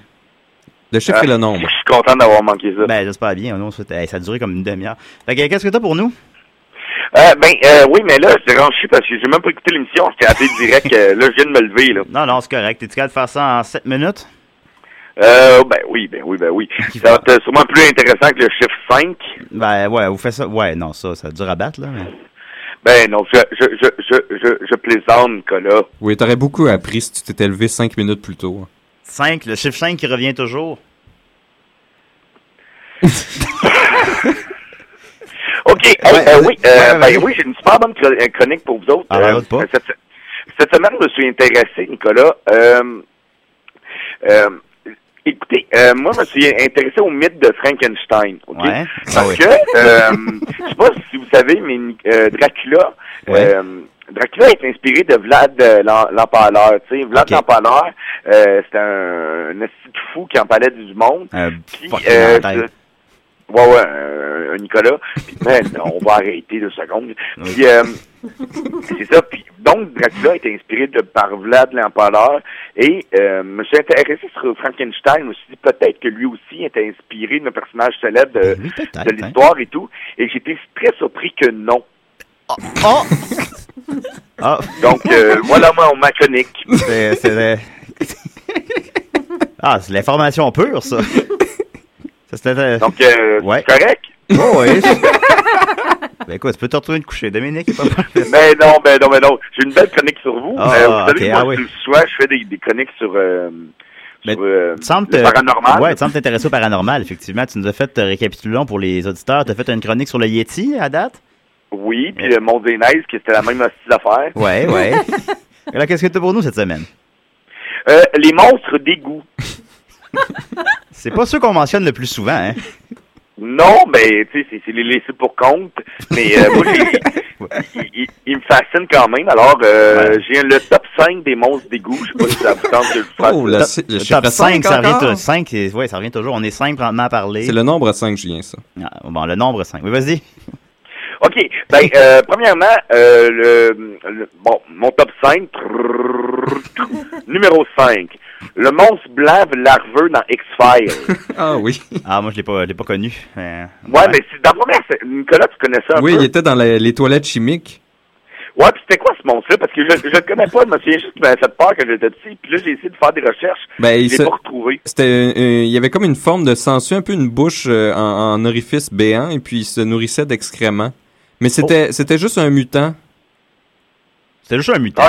Speaker 5: Le chiffre
Speaker 10: Euh,
Speaker 5: et le nombre.
Speaker 10: Je suis content d'avoir manqué ça.
Speaker 4: Ben, j'espère bien. Nous, on souhaite- hey, ça a duré comme une demi-heure. Fait que, qu'est-ce que t'as pour nous?
Speaker 10: Euh, ben, euh, oui, mais là, je te rendu parce que j'ai même pas écouté l'émission. J'étais appelé direct. euh, là, je viens de me lever, là.
Speaker 4: Non, non, c'est correct. T'es-tu capable de faire ça en 7 minutes?
Speaker 10: Euh, ben oui, ben oui, ben oui. Ça va être sûrement plus intéressant que le chiffre 5.
Speaker 4: Ben, ouais, vous faites ça. Ouais, non, ça, ça dure à battre, là. mais-
Speaker 10: Ben non, je, je, je, je, je, je plaisante, Nicolas.
Speaker 5: Oui, t'aurais beaucoup appris si tu t'étais levé 5 minutes plus tôt.
Speaker 4: 5, le chiffre 5 qui revient toujours.
Speaker 10: OK, hey, euh, oui, euh, ben oui, j'ai une super bonne chro- chronique pour vous autres.
Speaker 4: Ah,
Speaker 10: Euh,
Speaker 4: raconte pas.
Speaker 10: Cette, cette semaine, je me suis intéressé, Nicolas. Euh, euh, Écoutez, euh, moi, je me suis intéressé au mythe de Frankenstein. ok?
Speaker 4: Ouais.
Speaker 10: Parce
Speaker 4: Ah oui.
Speaker 10: que, euh, je sais pas si vous savez, mais euh, Dracula,
Speaker 4: Ouais.
Speaker 10: euh, Dracula est inspiré de Vlad euh, l'Em- l'Empaleur. tu sais. Vlad l'Empaleur, euh, c'est un, un esti de fou qui empalait du monde.
Speaker 4: Euh,
Speaker 10: Puis,
Speaker 4: fucking
Speaker 10: euh,
Speaker 4: mental.
Speaker 10: c'est- ouais, ouais, euh, un Nicolas. Puis, man, on va arrêter deux secondes. Puis, euh, c'est ça. Puis, donc, Dracula est inspiré de par Vlad l'Empaleur. Et euh, je me suis intéressé sur Frankenstein. Je me suis dit peut-être que lui aussi était inspiré d'un personnage célèbre de, euh, de
Speaker 4: Hein?
Speaker 10: l'histoire et tout. Et j'étais très surpris que non. Donc, euh, voilà ma, ma chronique.
Speaker 4: Ah, C'est. c'est vrai. ah, c'est l'information pure, ça. ça c'était.
Speaker 10: Donc, euh,
Speaker 4: ouais.
Speaker 10: correct?
Speaker 4: Oh, oui. c'est- ben, écoute, tu peux te retourner te coucher. Dominique est pas mal.
Speaker 10: Mais Ben non, mais non, mais non. J'ai une belle chronique sur vous.
Speaker 4: Ah,
Speaker 10: Euh, vous savez,
Speaker 4: ok,
Speaker 10: moi,
Speaker 4: ah oui.
Speaker 10: sur le soir, je fais des, des chroniques sur, euh, sur euh,
Speaker 4: Tu sembles
Speaker 10: le
Speaker 4: te-
Speaker 10: paranormal.
Speaker 4: Ouais, tu sembles t'intéresser au paranormal, effectivement. Tu nous as fait, euh, récapitulons pour les auditeurs, tu as fait une chronique sur le Yeti à date?
Speaker 10: Oui, puis le monde des neiges, qui était la même hostile affaire.
Speaker 4: Ouais, ouais. Alors, qu'est-ce que tu as pour nous cette semaine?
Speaker 10: Euh, les monstres d'égout.
Speaker 4: C'est pas ceux qu'on mentionne le plus souvent, hein?
Speaker 10: Non, mais tu sais, c'est- c'est les laisser pour compte. Mais euh, moi, j'ai- il, il- il me fascine quand même. Alors, euh, j'ai le top 5 des monstres d'égout. Je sais pas si ça vous tente de le faire.
Speaker 5: Oh,
Speaker 4: Top- le top 5, ça revient, tou- 5 c'est- ouais, ça revient toujours. On est 5 lentement à parler.
Speaker 5: C'est le nombre 5, Julien, ça.
Speaker 4: Ah, bon, le nombre 5. Oui, vas-y.
Speaker 10: OK. Ben, euh, premièrement, euh, le, le- bon, mon top 5. numéro 5. Le monstre blanc larveux dans X-Files.
Speaker 5: Ah oui.
Speaker 4: Ah, moi, je l'ai pas, je l'ai pas connu. Euh,
Speaker 10: Ouais, mais Ben, c'est dans la première. sa- Nicolas, tu connais ça un
Speaker 5: Oui,
Speaker 10: peu?
Speaker 5: il était dans la- les toilettes chimiques.
Speaker 10: Ouais, puis c'était quoi ce monstre-là? Parce que je, je le connais pas, je me souviens juste qu'il m'avait fait peur quand j'étais petit. Puis là, j'ai essayé de faire des recherches.
Speaker 5: Ben,
Speaker 10: je
Speaker 5: il
Speaker 10: l'ai
Speaker 5: se-
Speaker 10: pas retrouvé.
Speaker 5: C'était un- un- il y avait comme une forme de sangsues, un peu une bouche euh, en, en orifice béant, et puis il se nourrissait d'excréments. Mais
Speaker 10: Oh.
Speaker 5: c'était c'était juste un mutant.
Speaker 4: C'était juste un mutant.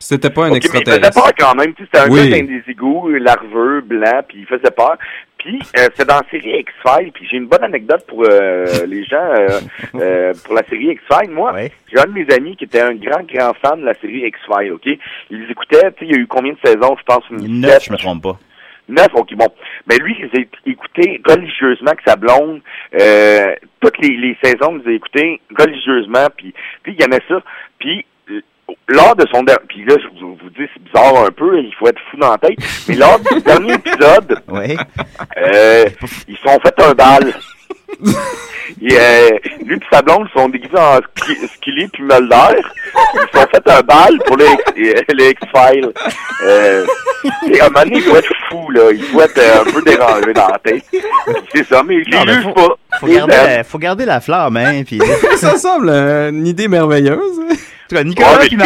Speaker 5: C'était pas un
Speaker 10: Ok, mais il faisait
Speaker 5: extraterrestre.
Speaker 10: peur quand même. tu sais, C'était un
Speaker 5: Oui.
Speaker 10: gars dans des ben, égouts, larveux, blanc, puis il faisait peur. Puis euh, c'est dans la série X-Files, puis j'ai une bonne anecdote pour euh, les gens, euh, euh, pour la série X-Files. Moi, j'ai un de mes amis qui était un grand, grand fan de la série X-Files, OK? Ils écoutaient, tu sais, il y a eu combien de saisons, je pense? Une
Speaker 4: Neuf, je me trompe pas.
Speaker 10: Neuf, ok, bon. Mais lui, il les a écouté religieusement que sa blonde. Euh, toutes les, les saisons, il les a écoutées religieusement, puis puis il aimait ça. Puis euh, lors de son der- puis là, je vous, vous dis, c'est bizarre un peu, il faut être fou dans la tête, mais lors du dernier épisode, euh, ils se sont fait un bal. Et, euh, lui et sa blonde sont déguisés en ski- Skilly puis Mulder. Ils se sont fait un bal pour les, euh, les X-Files. Euh, et à un moment donné, il faut être fou, là. Il faut être euh, un peu dérangé dans la tête. C'est ça, mais je
Speaker 4: Non,
Speaker 10: les
Speaker 4: mais
Speaker 10: juge
Speaker 4: faut-
Speaker 10: pas. Je
Speaker 4: Faut
Speaker 10: les
Speaker 4: garder,
Speaker 10: aime.
Speaker 4: la, faut garder la flamme, hein, puis...
Speaker 5: ça semble euh, une idée merveilleuse. En tout
Speaker 4: cas,
Speaker 10: Ouais, mais le gars- et le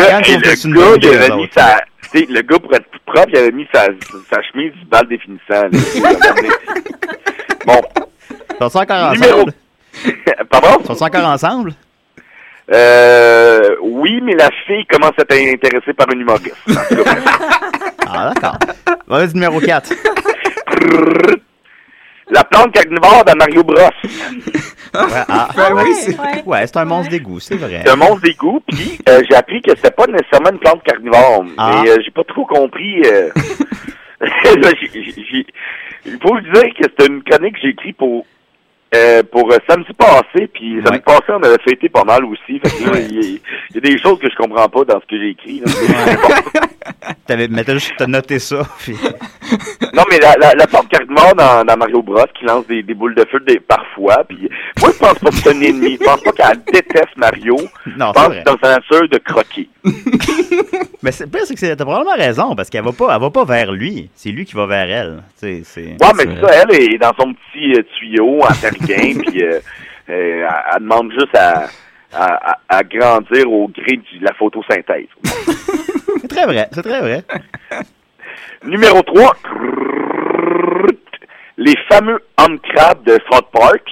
Speaker 10: gars, il avait mis sa- tu sais, Le gars, pour être plus propre, il avait mis sa, sa chemise du bal définissant. là.
Speaker 4: Sont-ils encore
Speaker 10: Numéro-
Speaker 4: ensemble?
Speaker 10: Pardon?
Speaker 4: Sont-ils encore ensemble?
Speaker 10: Euh, oui, mais la fille commence à être intéressée par un humoriste.
Speaker 4: ah, d'accord. Vas-y, numéro 4.
Speaker 10: La plante carnivore de Mario Bros.
Speaker 4: Ouais, ah.
Speaker 10: Ben oui,
Speaker 4: c'est ouais, c'est un monstre d'égout, c'est vrai.
Speaker 10: C'est un monstre d'égout, puis euh, j'ai appris que c'était pas nécessairement une plante carnivore.
Speaker 4: Ah.
Speaker 10: Mais euh, j'ai pas trop compris. euh, là, j'ai- j'ai- j'ai- Il faut vous dire que c'était une chronique que j'ai écrite pour, euh, pour euh, samedi passé, puis samedi passé, on avait fêté pas mal aussi. Fait que là, il y, a- il y a des choses que je comprends pas dans ce que j'ai écrit. là.
Speaker 4: T'avais, mais t'as juste t'as noté ça, puis...
Speaker 10: Non, mais la, la, la porte carrément dans, dans Mario Bros qui lance des, des boules de feu des, parfois. Puis moi, je pense pas que c'est un ennemi. Je pense pas qu'elle déteste Mario.
Speaker 4: Non,
Speaker 10: je
Speaker 4: c'est
Speaker 10: pense
Speaker 4: vrai.
Speaker 10: que c'est un sûr de croquer.
Speaker 4: Mais c'est pire, c'est que c'est- t'as probablement raison, parce qu'elle va pas, elle va pas vers lui. C'est lui qui va vers elle. Tu sais, c'est.
Speaker 10: Ouais, mais c'est ça, elle est dans son petit euh, tuyau en terrien. puis euh, euh, elle, elle demande juste à, à, à- à grandir au gré du- de la photosynthèse.
Speaker 4: C'est très vrai, c'est très vrai.
Speaker 10: Numéro 3. Les fameux hommes crabes de South Park.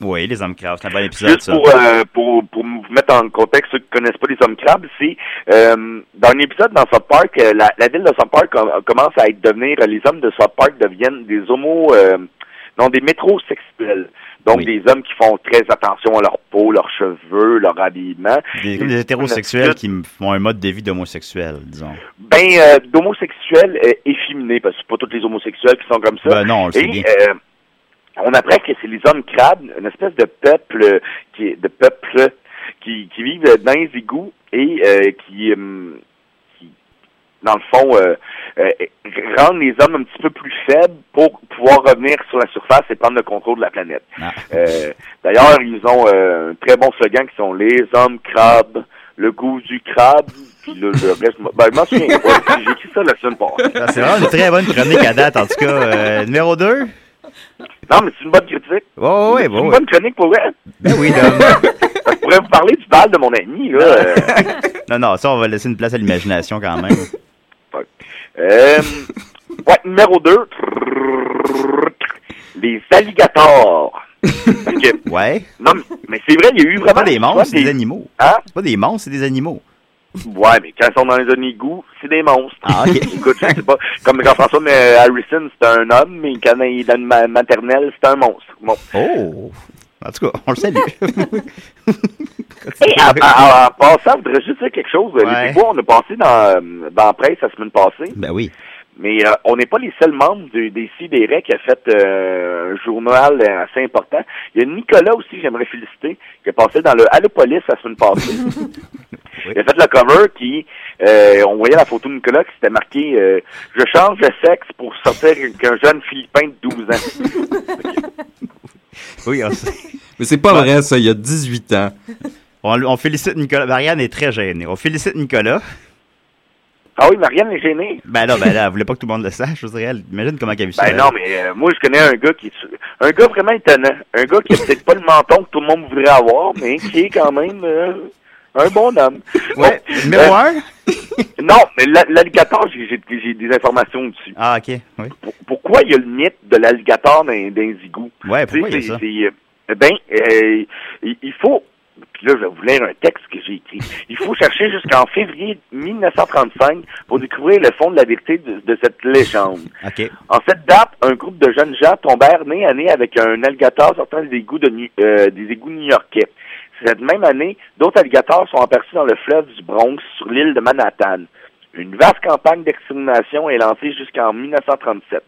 Speaker 4: Oui, les hommes crabes, c'est un bon épisode,
Speaker 10: Juste
Speaker 4: ça.
Speaker 10: pour, euh, pour, pour vous mettre en contexte, ceux qui ne connaissent pas les hommes crabes, c'est euh, dans un épisode dans South Park, euh, la, la ville de South Park com- commence à être devenir, les hommes de South Park deviennent des homos, euh, non, des euh, métrosexuels. Donc, des hommes qui font très attention à leur peau, leurs cheveux, leur habillement.
Speaker 4: Des,
Speaker 10: C'est
Speaker 4: des hétérosexuels
Speaker 10: une-
Speaker 4: qui m- font un mode de vie d'homosexuel, disons.
Speaker 10: Ben, euh, d'homosexuels euh, efféminés, parce que c'est pas tous les homosexuels qui sont comme ça.
Speaker 4: Ben non, on le sait
Speaker 10: Et,
Speaker 4: bien.
Speaker 10: euh, on apprend que c'est les hommes crabes, une espèce de peuple euh, qui de peuple qui, qui vivent dans les égouts et euh, qui, hum, qui, dans le fond, euh, euh, rendent les hommes un petit peu plus faibles pour pouvoir revenir sur la surface et prendre le contrôle de la planète. Euh, D'ailleurs, ils ont euh, un très bon slogan qui sont les hommes crabes, le goût du crabe, puis le, le reste. Ben, je m'en souviens pas. J'ai écrit ça la semaine passée.
Speaker 4: Ah, C'est vraiment une très bonne chronique à date, en tout cas. Euh, numéro 2?
Speaker 10: Non, mais c'est une bonne critique.
Speaker 4: Oh, oui,
Speaker 10: C'est
Speaker 4: bon.
Speaker 10: une bonne chronique pour vrai.
Speaker 4: Ben oui, Dom.
Speaker 10: Je pourrais vous parler du bal de mon ami, là. Euh,
Speaker 4: Non, non, ça, on va laisser une place à l'imagination quand même.
Speaker 10: euh, ouais, numéro 2. Les alligators.
Speaker 4: Ouais.
Speaker 10: Non, mais- mais c'est vrai, il y a eu vraiment
Speaker 4: pas des
Speaker 10: tu
Speaker 4: monstres,
Speaker 10: vois,
Speaker 4: c'est des animaux.
Speaker 10: Hein?
Speaker 4: C'est pas des monstres, c'est des animaux.
Speaker 10: Ouais, mais quand ils sont dans les onigous, c'est des monstres.
Speaker 4: Ah, ok.
Speaker 10: Écoute, je sais pas. Comme Jean-François mais euh, Harrison, c'est un homme, mais quand il est dans une ma- maternelle, c'est un monstre. Bon.
Speaker 4: Oh! En tout cas, on le salue.
Speaker 10: Et en, en- en passant, je voudrais juste dire quelque chose.
Speaker 4: Ouais.
Speaker 10: Les Pégois, on a passé dans, euh, dans la presse la semaine passée,
Speaker 4: ben oui.
Speaker 10: mais euh, on n'est pas les seuls membres du- des CIDREC E qui a fait euh, un journal euh, assez important. Il y a Nicolas aussi, que j'aimerais féliciter, qui a passé dans le Allopolis la semaine passée. Il a fait le cover qui, euh, on voyait la photo de Nicolas qui s'était marqué euh, Je change de sexe pour sortir avec un jeune Philippin de 12 ans.
Speaker 4: Oui, on
Speaker 5: Mais c'est pas vrai, ça. Il y a 18 ans.
Speaker 4: On, on félicite Nicolas. Marianne est très gênée. On félicite Nicolas.
Speaker 10: Ah oui, Marianne est gênée.
Speaker 4: Ben là, ben là, elle voulait pas que tout le monde le sache. Je dirais, elle, imagine comment elle a vu ça.
Speaker 10: Ben
Speaker 4: elle.
Speaker 10: non, mais euh, moi, je connais un gars qui est... Un gars vraiment étonnant. Un gars qui a peut-être pas le menton que tout le monde voudrait avoir, mais qui est quand même euh, un bon homme.
Speaker 4: Ouais, numéro un?
Speaker 10: Non, mais la- l'alligator, j'ai- j'ai j'ai des informations dessus.
Speaker 4: Ah, ok, oui.
Speaker 10: Pourquoi il y a le mythe de l'alligator dans, dans les égouts?
Speaker 4: Ouais,
Speaker 10: Tu sais,
Speaker 4: Eh, pourquoi il y a ça?
Speaker 10: c'est- c'est, euh, ben, euh, il, il faut... Puis là, je vais vous lire un texte que j'ai écrit. Il faut chercher jusqu'en février 1935 pour découvrir le fond de la vérité de- de cette légende.
Speaker 4: Ok.
Speaker 10: En cette date, un groupe de jeunes gens tombèrent nez à nez avec un alligator sortant des égouts, de Nu- euh, des égouts new-yorkais. Cette même année, d'autres alligators sont aperçus dans le fleuve du Bronx sur l'île de Manhattan. Une vaste campagne d'extermination est lancée jusqu'en 1937.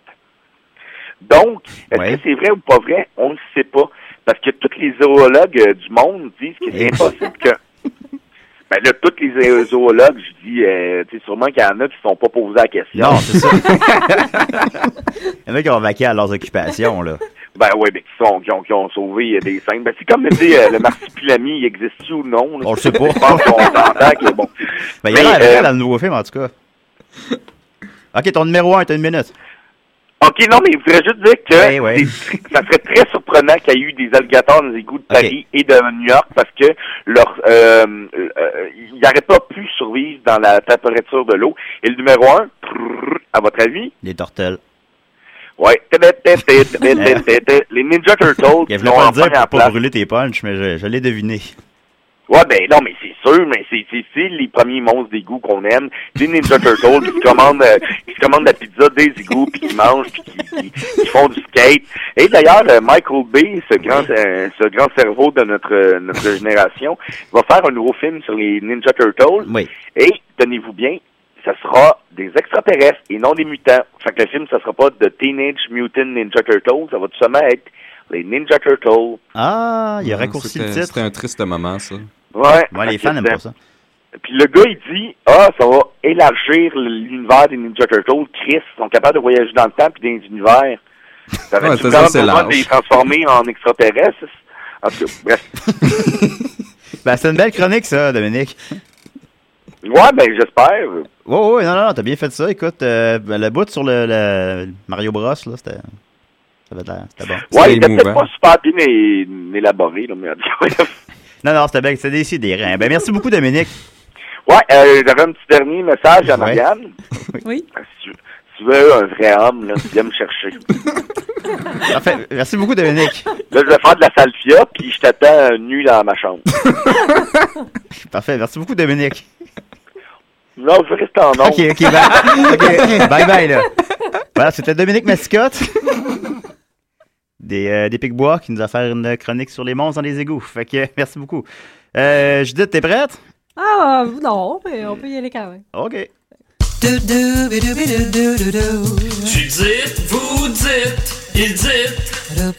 Speaker 10: Donc, est-ce que Ben, c'est vrai ou pas vrai? On ne sait pas. Parce que tous les zoologues euh, du monde disent que c'est impossible que... Ben là, tous les euh, zoologues, je dis, euh, tu sais, sûrement qu'il y en a qui ne sont pas posés la question.
Speaker 4: Non, c'est ça. Il y en a qui ont vaqué à leurs occupations, là.
Speaker 10: Ben oui, mais qui, sont, qui, ont, qui ont sauvé euh, des scènes. Ben, c'est comme tu sais, euh, le marsupilami, il existe ou non? là?
Speaker 4: On le sait pas.
Speaker 10: Je pense qu'on s'entend que bon.
Speaker 4: Ben, il y en
Speaker 10: Mais,
Speaker 4: a avec
Speaker 10: euh,
Speaker 4: elle dans le nouveau film, en tout cas. Ok, ton numéro 1, t'as une minute.
Speaker 10: OK, non, mais je voudrais juste dire que
Speaker 4: Eh ouais.
Speaker 10: c'est- ça serait très surprenant qu'il y ait eu des alligators dans les égouts de Paris et de New York parce que leur euh, euh, euh, ils n'auraient pas pu survivre dans la température de l'eau. Et le numéro un, prrr, à votre avis?
Speaker 4: Les tortelles.
Speaker 10: Ouais. tébé, tébé, tébé, tébé, tébé, Les Ninja Turtles. qui
Speaker 4: Il voulait
Speaker 10: ont
Speaker 4: pas le
Speaker 10: enfin
Speaker 4: dire
Speaker 10: la
Speaker 4: pour pas
Speaker 10: place.
Speaker 4: brûler tes punchs, mais je, je l'ai deviné.
Speaker 10: Ouais, ben non, mais c'est sûr, mais c'est c'est- c'est les premiers monstres des goûts qu'on aime. Des Ninja Turtles qui se commandent, euh, qui se commandent la pizza des égouts, puis qui mangent, puis qui, qui- qui font du skate. Et d'ailleurs, euh, Michael Bay, ce grand, euh, ce grand cerveau de notre, euh, notre génération, va faire un nouveau film sur les Ninja Turtles.
Speaker 4: Oui.
Speaker 10: Et, tenez-vous bien, ça sera des extraterrestres et non des mutants. Fait que le film, ça sera pas de Teenage Mutant Ninja Turtles, ça va tout simplement être les Ninja Turtles.
Speaker 4: Ah, il a
Speaker 5: Ah,
Speaker 4: raccourci le
Speaker 5: c'était-
Speaker 4: titre.
Speaker 5: C'était un triste moment, ça.
Speaker 10: Ouais.
Speaker 4: Ouais, les fans n'aiment pas ça.
Speaker 10: Puis le gars, il dit Ah, ça va élargir l'univers des Ninja Turtles. Chris, ils sont capables de voyager dans le temps puis dans les univers. Ça va
Speaker 5: Ouais,
Speaker 10: être
Speaker 5: ça,
Speaker 10: vraiment
Speaker 5: c'est
Speaker 10: besoin de
Speaker 5: large.
Speaker 10: les transformer en extraterrestres. En tout cas, bref.
Speaker 4: Ben, c'est une belle chronique, ça, Dominique.
Speaker 10: Ouais, ben, j'espère.
Speaker 4: Ouais, ouais, ouais, non, non, non, t'as bien fait ça. Écoute, euh, ben, le bout sur le, le Mario Bros, là, c'était. ça avait de la- C'était bon.
Speaker 10: Ouais, il était peut-être pas super bien é- élaboré, là, mais en tout cas,
Speaker 4: Non, non, c'était bien. C'était des des reins. Ben, merci beaucoup, Dominique.
Speaker 10: Ouais, euh, j'avais un petit dernier message à
Speaker 4: Ouais.
Speaker 10: Marianne. Euh,
Speaker 1: Oui.
Speaker 10: Si tu veux un vrai homme, là, viens me chercher.
Speaker 4: Enfin, merci beaucoup, Dominique.
Speaker 10: Là, je vais faire de la salvia, puis je t'attends euh, nu dans ma chambre.
Speaker 4: Parfait. Merci beaucoup, Dominique.
Speaker 10: Non, je reste en nom.
Speaker 4: Ok, ok, bye. ok, bye, bye, là. Voilà, c'était Dominique Mascotte. des, euh, des Picbois qui nous a fait une chronique sur les monstres dans les égouts. Fait que euh, merci beaucoup. Euh, Judith, t'es prête?
Speaker 6: Ah, euh, non, mais on peut y aller quand même.
Speaker 4: OK.
Speaker 11: Tu dites, vous dites, ils dites.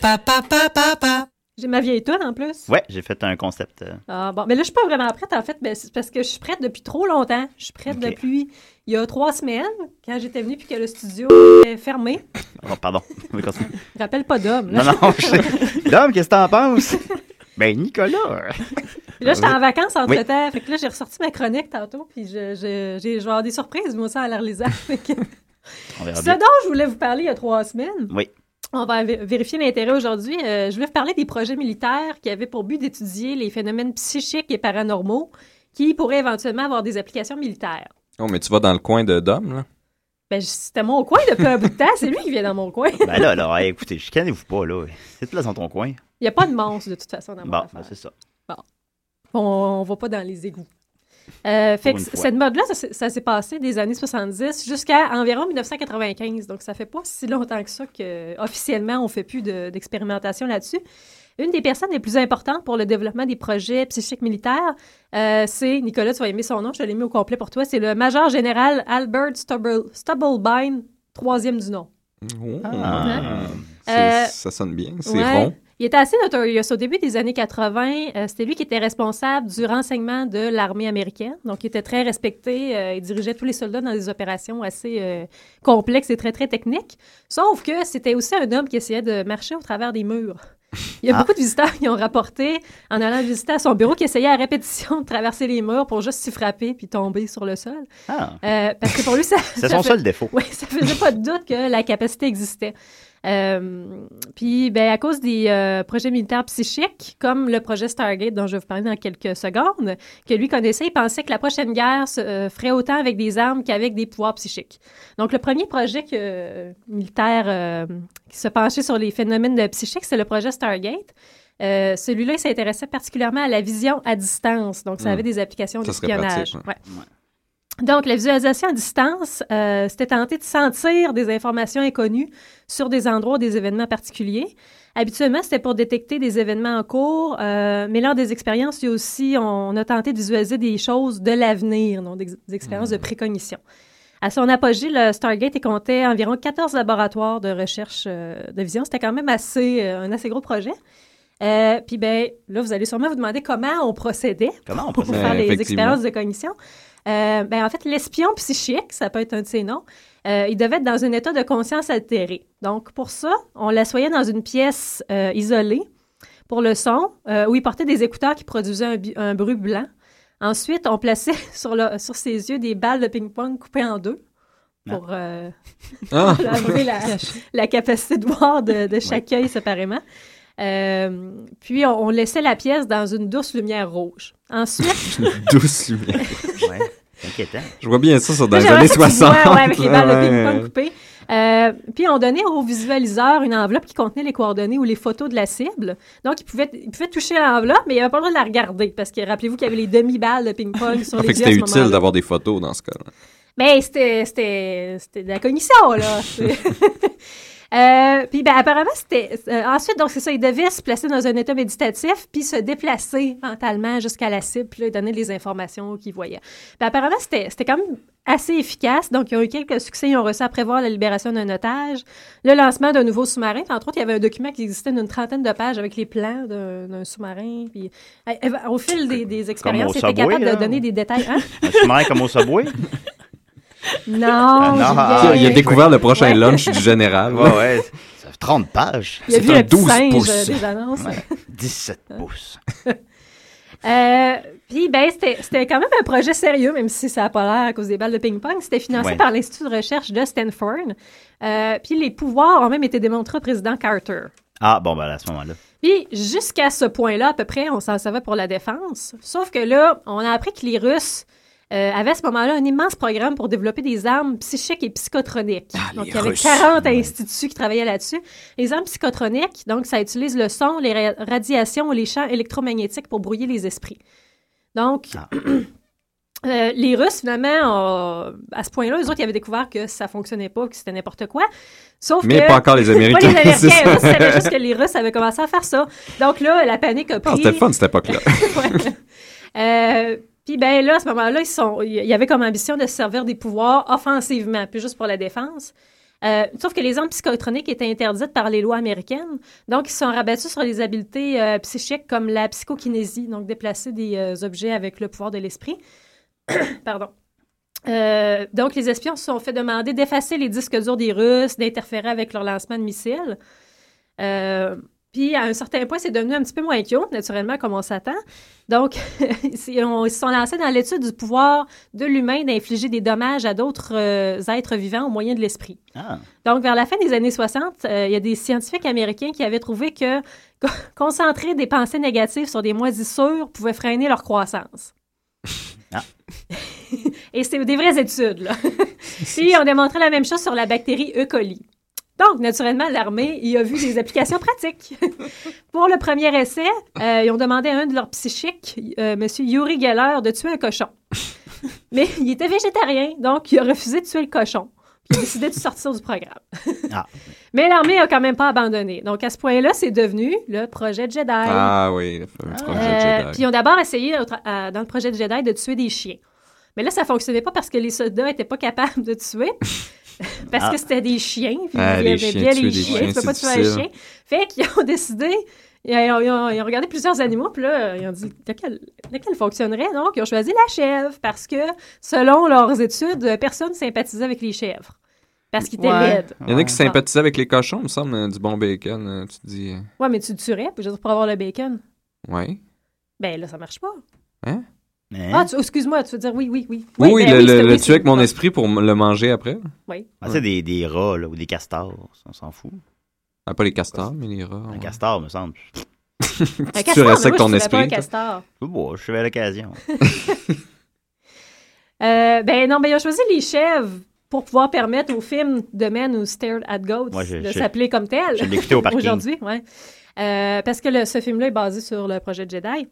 Speaker 6: J'ai ma vieille toune en plus.
Speaker 4: Ouais, j'ai fait un concept. euh,
Speaker 6: Ah, bon, mais là, je suis pas vraiment prête, en fait, mais c'est parce que je suis prête depuis trop longtemps. Je suis prête
Speaker 4: Ok.
Speaker 6: depuis il y a trois semaines, quand j'étais venue puis que le studio était fermé.
Speaker 4: oh, pardon. Oui, continue.
Speaker 6: Je rappelle pas d'homme.
Speaker 4: non,
Speaker 6: là.
Speaker 4: non, je sais. Dom, qu'est-ce que t'en penses? Ben, Nicolas.
Speaker 6: Puis là, j'étais en vacances
Speaker 4: Oui.
Speaker 6: entre-temps. Fait que là, j'ai ressorti ma chronique tantôt, puis je, je, j'ai- je vais avoir des surprises, moi, ça, à l'air les Fait que-
Speaker 4: On verra
Speaker 6: Ce
Speaker 4: Ah, bien.
Speaker 6: dont je voulais vous parler il y a trois semaines,
Speaker 4: Oui.
Speaker 6: on va vé- vérifier l'intérêt aujourd'hui. Euh, je voulais vous parler des projets militaires qui avaient pour but d'étudier les phénomènes psychiques et paranormaux qui pourraient éventuellement avoir des applications militaires.
Speaker 5: Oh, mais tu vas dans le coin de Dom, là.
Speaker 6: Ben, je- c'était mon coin depuis un bout de temps. C'est lui qui vient dans mon coin.
Speaker 4: Ben là, là, hey, écoutez, chicanez-vous pas, là. C'est là dans ton coin.
Speaker 6: Il n'y a pas de monstre, de toute façon, dans mon
Speaker 4: Bon, ben, c'est ça.
Speaker 6: Bon, on va pas dans les égouts. Euh, fait
Speaker 4: Pour
Speaker 6: que
Speaker 4: une
Speaker 6: c-
Speaker 4: fois.
Speaker 6: cette mode-là, ça, s'est- ça s'est passé des années 70 jusqu'à environ 1995. Donc, ça fait pas si longtemps que ça qu'officiellement, on fait plus de- d'expérimentation là-dessus. Une des personnes les plus importantes pour le développement des projets psychiques militaires, euh, c'est Nicolas, tu vas aimer son nom, je l'ai mis au complet pour toi, c'est le Major Général Albert Stubble, Stubblebine, troisième du nom.
Speaker 5: Oh,
Speaker 6: Ah.
Speaker 5: c'est-
Speaker 6: Euh,
Speaker 5: ça sonne bien, c'est
Speaker 6: Ouais.
Speaker 5: rond.
Speaker 6: Il était assez notorious. Au début des années 80, euh, c'était lui qui était responsable du renseignement de l'armée américaine. Donc, il était très respecté. euh, il dirigeait tous les soldats dans des opérations assez euh, complexes et très, très techniques. Sauf que c'était aussi un homme qui essayait de marcher au travers des murs. Il y a
Speaker 13: Ah.
Speaker 6: beaucoup de visiteurs qui ont rapporté, en allant visiter à son bureau, qui essayait à répétition de traverser les murs pour juste s'y frapper puis tomber sur le sol.
Speaker 4: Ah.
Speaker 6: Euh, parce que pour lui, ça.
Speaker 4: C'est son seul défaut.
Speaker 6: Oui, ça faisait pas de doute que la capacité existait. Euh, puis, ben, à cause des euh, projets militaires psychiques, comme le projet Stargate dont je vais vous parler dans quelques secondes, que lui connaissait, il pensait que la prochaine guerre se euh, ferait autant avec des armes qu'avec des pouvoirs psychiques. Donc, le premier projet que, euh, militaire euh, qui se penchait sur les phénomènes euh, psychiques, c'est le projet Stargate. Euh, Celui-là, il s'intéressait particulièrement à la vision à distance. Donc, ça
Speaker 13: Hmm.
Speaker 6: avait des applications
Speaker 13: Ça serait pratique, hein.
Speaker 6: d'espionnage.
Speaker 13: ouais.
Speaker 6: Ouais. Donc, la visualisation à distance, euh, c'était tenter de sentir des informations inconnues sur des endroits ou des événements particuliers. Habituellement, c'était pour détecter des événements en cours, euh, mais lors des expériences, il y a aussi, on a tenté de visualiser des choses de l'avenir, donc des, des expériences de précognition. À son apogée, le Stargate il comptait environ 14 laboratoires de recherche euh, de vision. C'était quand même assez, euh, un assez gros projet. Euh, Puis ben, là, vous allez sûrement vous demander comment on procédait
Speaker 4: Comment on
Speaker 6: pour
Speaker 4: procédait?
Speaker 6: faire les
Speaker 4: Effectivement.
Speaker 6: expériences de cognition. Euh, ben, en fait, l'espion psychique, ça peut être un de ses noms, euh, il devait être dans un état de conscience altéré. Donc, pour ça, on l'assoyait dans une pièce euh, isolée pour le son, euh, où il portait des écouteurs qui produisaient un, bu- un bruit blanc. Ensuite, on plaçait sur, le- sur ses yeux des balles de ping-pong coupées en deux pour euh,
Speaker 13: Ah.
Speaker 6: pour enlever la, la capacité de voir de, de chaque œil séparément. Euh, puis, on, on laissait la pièce dans une douce lumière rouge. Ensuite,
Speaker 5: Douce lumière.
Speaker 4: ouais, inquiétant.
Speaker 5: Je vois bien ça, ça dans
Speaker 6: Là,
Speaker 5: les
Speaker 6: j'aimerais
Speaker 5: années
Speaker 6: ça que tu vois,
Speaker 5: 60.
Speaker 6: ouais, avec les balles de ping-pong
Speaker 5: ouais.
Speaker 6: coupées. Euh, puis on donnait au visualiseur une enveloppe qui contenait les coordonnées ou les photos de la cible. Donc, il pouvait, il pouvait toucher l'enveloppe, mais il n'avait pas le droit de la regarder parce que rappelez-vous qu'il y avait les demi-balles de ping-pong sur
Speaker 5: Ah, fait
Speaker 6: les yeux
Speaker 5: que c'était
Speaker 6: à ce
Speaker 5: utile
Speaker 6: moment-là.
Speaker 5: d'avoir des photos dans ce cas-là.
Speaker 6: Mais c'était, c'était, c'était de la cognition, là. C'est- Euh, puis ben, apparemment, c'était... euh, ensuite, donc, c'est ça, il devait se placer dans un état méditatif puis se déplacer mentalement jusqu'à la cible puis là, il donnait les informations qu'il voyait. Puis apparemment, c'était, c'était quand même assez efficace. Donc, il y a eu quelques succès. Ils ont réussi à prévoir la libération d'un otage, le lancement d'un nouveau sous-marin. Puis, Entre autres, il y avait un document qui existait d'une trentaine de pages avec les plans d'un, d'un sous-marin. Puis, euh, euh, au fil des, des expériences, il était
Speaker 4: Subway,
Speaker 6: capable
Speaker 4: là.
Speaker 6: de donner des détails. Hein?
Speaker 4: Un sous-marin comme au Subway?
Speaker 6: Non,
Speaker 4: Ah,
Speaker 6: Julien.
Speaker 5: il a découvert le prochain lunch du général.
Speaker 4: Ouais, ouais. Ça fait 30 pages.
Speaker 6: Il a
Speaker 5: C'est
Speaker 6: vu
Speaker 5: un
Speaker 6: le petit
Speaker 5: 12
Speaker 6: singe
Speaker 5: pouces.
Speaker 6: euh, des annonces.
Speaker 4: Ouais. 17 pouces.
Speaker 6: Euh, Puis, ben, c'était c'était quand même un projet sérieux, même si ça n'a pas l'air à cause des balles de ping-pong. C'était financé
Speaker 13: Ouais.
Speaker 6: par l'Institut de recherche de Stanford. Euh, Puis, les pouvoirs ont même été démontrés au président Carter.
Speaker 4: Ah, bon, ben là, à ce moment-là.
Speaker 6: Puis, jusqu'à ce point-là, à peu près, on s'en servait pour la défense. Sauf que là, on a appris que les Russes euh, avaient à ce moment-là un immense programme pour développer des armes psychiques et psychotroniques. donc,
Speaker 13: les
Speaker 6: il y avait
Speaker 13: Russes.
Speaker 6: 40 instituts qui travaillaient là-dessus. Les armes psychotroniques, donc, ça utilise le son, les ra- radiations ou les champs électromagnétiques pour brouiller les esprits. Donc, euh, les Russes, finalement, ont- à ce point-là, eux autres, ils avaient découvert que ça fonctionnait pas, que c'était n'importe quoi. Sauf
Speaker 5: Mais
Speaker 6: que-
Speaker 5: pas encore les Américains,
Speaker 6: pas les
Speaker 5: c'est
Speaker 6: Américains. Ah,
Speaker 5: ça.
Speaker 6: eux autres savaient juste que les Russes avaient commencé à faire ça. Donc là, la panique a
Speaker 5: Ah,
Speaker 6: pris.
Speaker 5: c'était le fun, cette époque-là.
Speaker 6: Euh, puis ben là, à ce moment-là, ils sont, il y avait comme ambition de se servir des pouvoirs offensivement, puis juste pour la défense. Euh, sauf que les armes psychotroniques étaient interdites par les lois américaines, donc ils se sont rabattus sur les habiletés euh, psychiques comme la psychokinésie, donc déplacer des euh, objets avec le pouvoir de l'esprit. Pardon. Euh, donc, les espions se sont fait demander d'effacer les disques durs des Russes, d'interférer avec leur lancement de missiles. Euh, puis, à un certain point, c'est devenu un petit peu moins cute, naturellement, comme on s'attend. Donc, c'est- on- ils se sont lancés dans l'étude du pouvoir de l'humain d'infliger des dommages à d'autres euh, êtres vivants au moyen de l'esprit. Donc, vers la fin des années 60, euh, il y a des scientifiques américains qui avaient trouvé que co- concentrer des pensées négatives sur des moisissures pouvait freiner leur croissance. Et c'est des vraies études, là. Puis, on démontrait la même chose sur la bactérie E. coli. Donc, naturellement, l'armée y a vu des applications pratiques. Pour le premier essai, euh, ils ont demandé à un de leurs psychiques, euh, M. Yuri Geller, de tuer un cochon. Mais il était végétarien, donc il a refusé de tuer le cochon. Puis il a décidé de sortir du programme. Mais l'armée a quand même pas abandonné. Donc, à ce point-là, c'est devenu le projet Jedi.
Speaker 5: Ah oui, le fameux projet
Speaker 6: Euh,
Speaker 5: Jedi.
Speaker 6: Puis ils ont d'abord essayé, au tra- à- dans le projet de Jedi, de tuer des chiens. Mais là, ça fonctionnait pas parce que les soldats n'étaient pas capables de tuer. parce
Speaker 5: Ah.
Speaker 6: que c'était des chiens. Puis
Speaker 5: Ah,
Speaker 6: ils
Speaker 5: les
Speaker 6: aimaient
Speaker 5: chiens,
Speaker 6: bien
Speaker 5: tuer
Speaker 6: les
Speaker 5: des chiens,
Speaker 6: chiens. Tu peux
Speaker 5: c'est
Speaker 6: pas tuer un
Speaker 5: difficile.
Speaker 6: chien. Fait qu'ils ont décidé... Ils ont, ils ont- ils ont regardé plusieurs animaux, puis là, ils ont dit lequel, lequel fonctionnerait. Donc, ils ont choisi la chèvre, parce que, selon leurs études, personne sympathisait avec les chèvres. Parce qu'ils étaient
Speaker 5: Ouais.
Speaker 6: laides.
Speaker 5: Il y en a qui
Speaker 6: Bon.
Speaker 5: sympathisaient avec les cochons, il me semble, euh, du bon bacon. euh, Tu te dis. euh,
Speaker 6: Ouais, mais tu le tuerais puis je veux dire, pour avoir le bacon.
Speaker 5: Ouais.
Speaker 6: Ben là, ça marche pas.
Speaker 5: Hein?
Speaker 6: Ah, tu- excuse-moi, tu veux dire oui, oui, oui.
Speaker 5: Oui, oui,
Speaker 6: ben
Speaker 5: le, le-
Speaker 6: c'est-
Speaker 5: le
Speaker 6: oui,
Speaker 5: tuer
Speaker 6: c'est-
Speaker 5: avec mon esprit pour m- le manger après.
Speaker 6: Oui.
Speaker 4: Ah, tu sais, des, des rats là, ou des castors, on s'en fout.
Speaker 5: Ah, pas les castors, mais les rats.
Speaker 4: Un castor, me semble.
Speaker 6: Un
Speaker 5: tu restes
Speaker 6: castor, mais
Speaker 5: avec ton
Speaker 6: moi, je tuerais pas
Speaker 5: esprit.
Speaker 6: un castor.
Speaker 4: Oh, bon, je suis à l'occasion.
Speaker 6: Euh, ben non, ben il a choisi les chèvres pour pouvoir permettre au film The Man Who Stared at Goats
Speaker 4: Moi, je-
Speaker 6: de
Speaker 4: je-
Speaker 6: s'appeler comme tel.
Speaker 4: je l'ai écouté au parking.
Speaker 6: Aujourd'hui, oui. parce que le- ce film-là est basé sur le projet Jedi.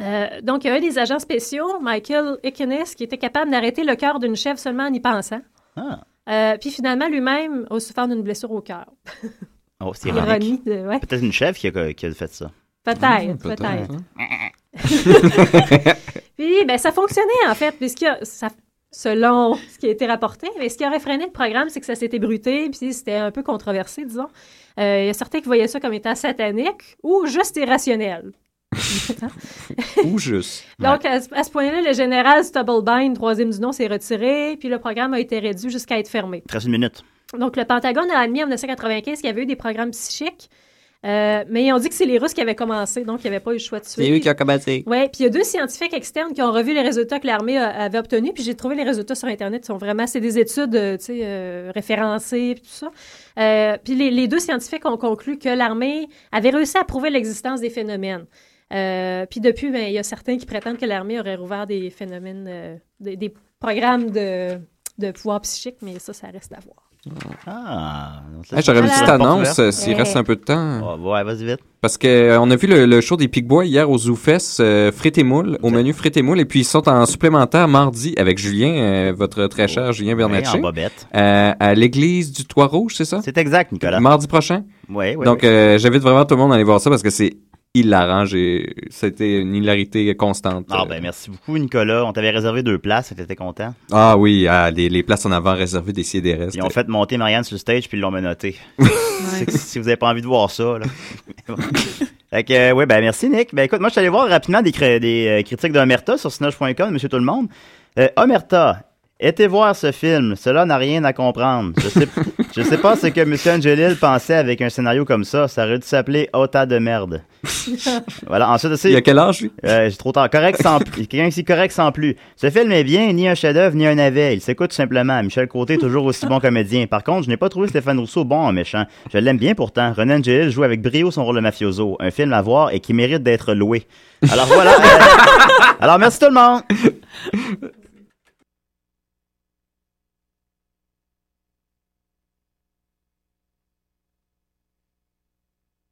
Speaker 6: Euh, donc, il y a un des agents spéciaux, Michael Ikenes, qui était capable d'arrêter le cœur d'une chèvre seulement en y pensant.
Speaker 4: Ah.
Speaker 6: Euh, puis finalement, lui-même a souffert d'une blessure au cœur.
Speaker 4: Oh, c'est
Speaker 6: Ironie
Speaker 4: ironique.
Speaker 6: de- ouais.
Speaker 4: Peut-être une chef qui a, qui a fait ça.
Speaker 6: Peut-être,
Speaker 4: Mmh, peut-être,
Speaker 6: peut-être.
Speaker 4: hein.
Speaker 6: Puis, ben, ça fonctionnait, en fait, puisque ça, selon ce qui a été rapporté, mais ce qui aurait freiné le programme, c'est que ça s'était bruté, puis c'était un peu controversé, disons. Euh, Il y a certains qui voyaient ça comme étant satanique ou juste irrationnel.
Speaker 5: Ou juste.
Speaker 6: Donc, à, ce- à ce point-là, le général Stubblebind, troisième du nom, s'est retiré, puis le programme a été réduit jusqu'à être fermé.
Speaker 4: Il te reste une minute.
Speaker 6: Donc, le Pentagone a admis en 1995 qu'il y avait eu des programmes psychiques, euh, mais ils ont dit que c'est les Russes qui avaient commencé, donc il n'y avait pas eu le choix de suivre.
Speaker 5: commencé.
Speaker 6: Oui, puis il y a deux scientifiques externes qui ont revu les résultats que l'armée euh, avait obtenus, puis j'ai trouvé les résultats sur Internet, ils sont vraiment, c'est des études, euh, tu sais, euh, référencées, puis tout ça. Euh, puis les, les deux scientifiques ont conclu que l'armée avait réussi à prouver l'existence des phénomènes. Euh, puis depuis, ben, il y a certains qui prétendent que l'armée aurait rouvert des phénomènes, euh, des, des programmes de, de pouvoir psychique, mais ça, ça reste à voir.
Speaker 4: Ah. donc ça,
Speaker 5: Hey, J'aurais une
Speaker 4: c'est
Speaker 5: petite
Speaker 4: la porte
Speaker 5: annonce euh,
Speaker 4: ouverte.
Speaker 5: s'il reste un peu de temps.
Speaker 4: Ouais, vas-y vite.
Speaker 5: Parce que euh, on a vu le, le show des Pig Boys hier aux Zoufest, euh, frites et moules, au menu frites et moules, et puis ils sont en supplémentaire mardi avec Julien, euh, votre très cher Julien Bernatchez.
Speaker 4: Oh. en bobette.
Speaker 5: Euh, à l'église du Toit-Rouge, c'est ça?
Speaker 4: C'est exact, Nicolas.
Speaker 5: Mardi prochain?
Speaker 4: Ouais, ouais,
Speaker 5: Donc,
Speaker 4: ouais.
Speaker 5: euh, j'invite vraiment tout le monde à aller voir ça parce que c'est hilarant. J'ai... C'était une hilarité constante.
Speaker 4: Ah, ben merci beaucoup, Nicolas. On t'avait réservé deux places, t'étais content.
Speaker 5: Ah oui, ah, les, les places en avant réservées des CDRS.
Speaker 4: Ils ont fait monter Marianne sur le stage puis ils l'ont menotté. C'est que si vous n'avez pas envie de voir ça, là. fait que, euh, ouais, ben merci, Nick. Ben écoute, moi, je suis allé voir rapidement des, cri- des euh, critiques d'Omerta sur sinoche.com, monsieur tout le monde. Euh, Omerta, été voir ce film. Cela n'a rien à comprendre. Je sais, je sais pas ce que monsieur Angelil pensait avec un scénario comme ça. Ça aurait dû s'appeler Oh, tas de merde. Voilà, ensuite aussi.
Speaker 5: Il a quel âge, lui
Speaker 4: Euh, J'ai trop tard. Correct sans plus. Quelqu'un ici, correct sans plus. Ce film est bien, ni un chef-d'œuvre, ni un navet. Il s'écoute tout simplement. Michel Côté est toujours aussi bon comédien. Par contre, je n'ai pas trouvé Stéphane Rousseau bon en méchant. Je l'aime bien pourtant. René Angelil joue avec brio son rôle de mafioso. Un film à voir et qui mérite d'être loué. Alors voilà. Alors merci tout le monde.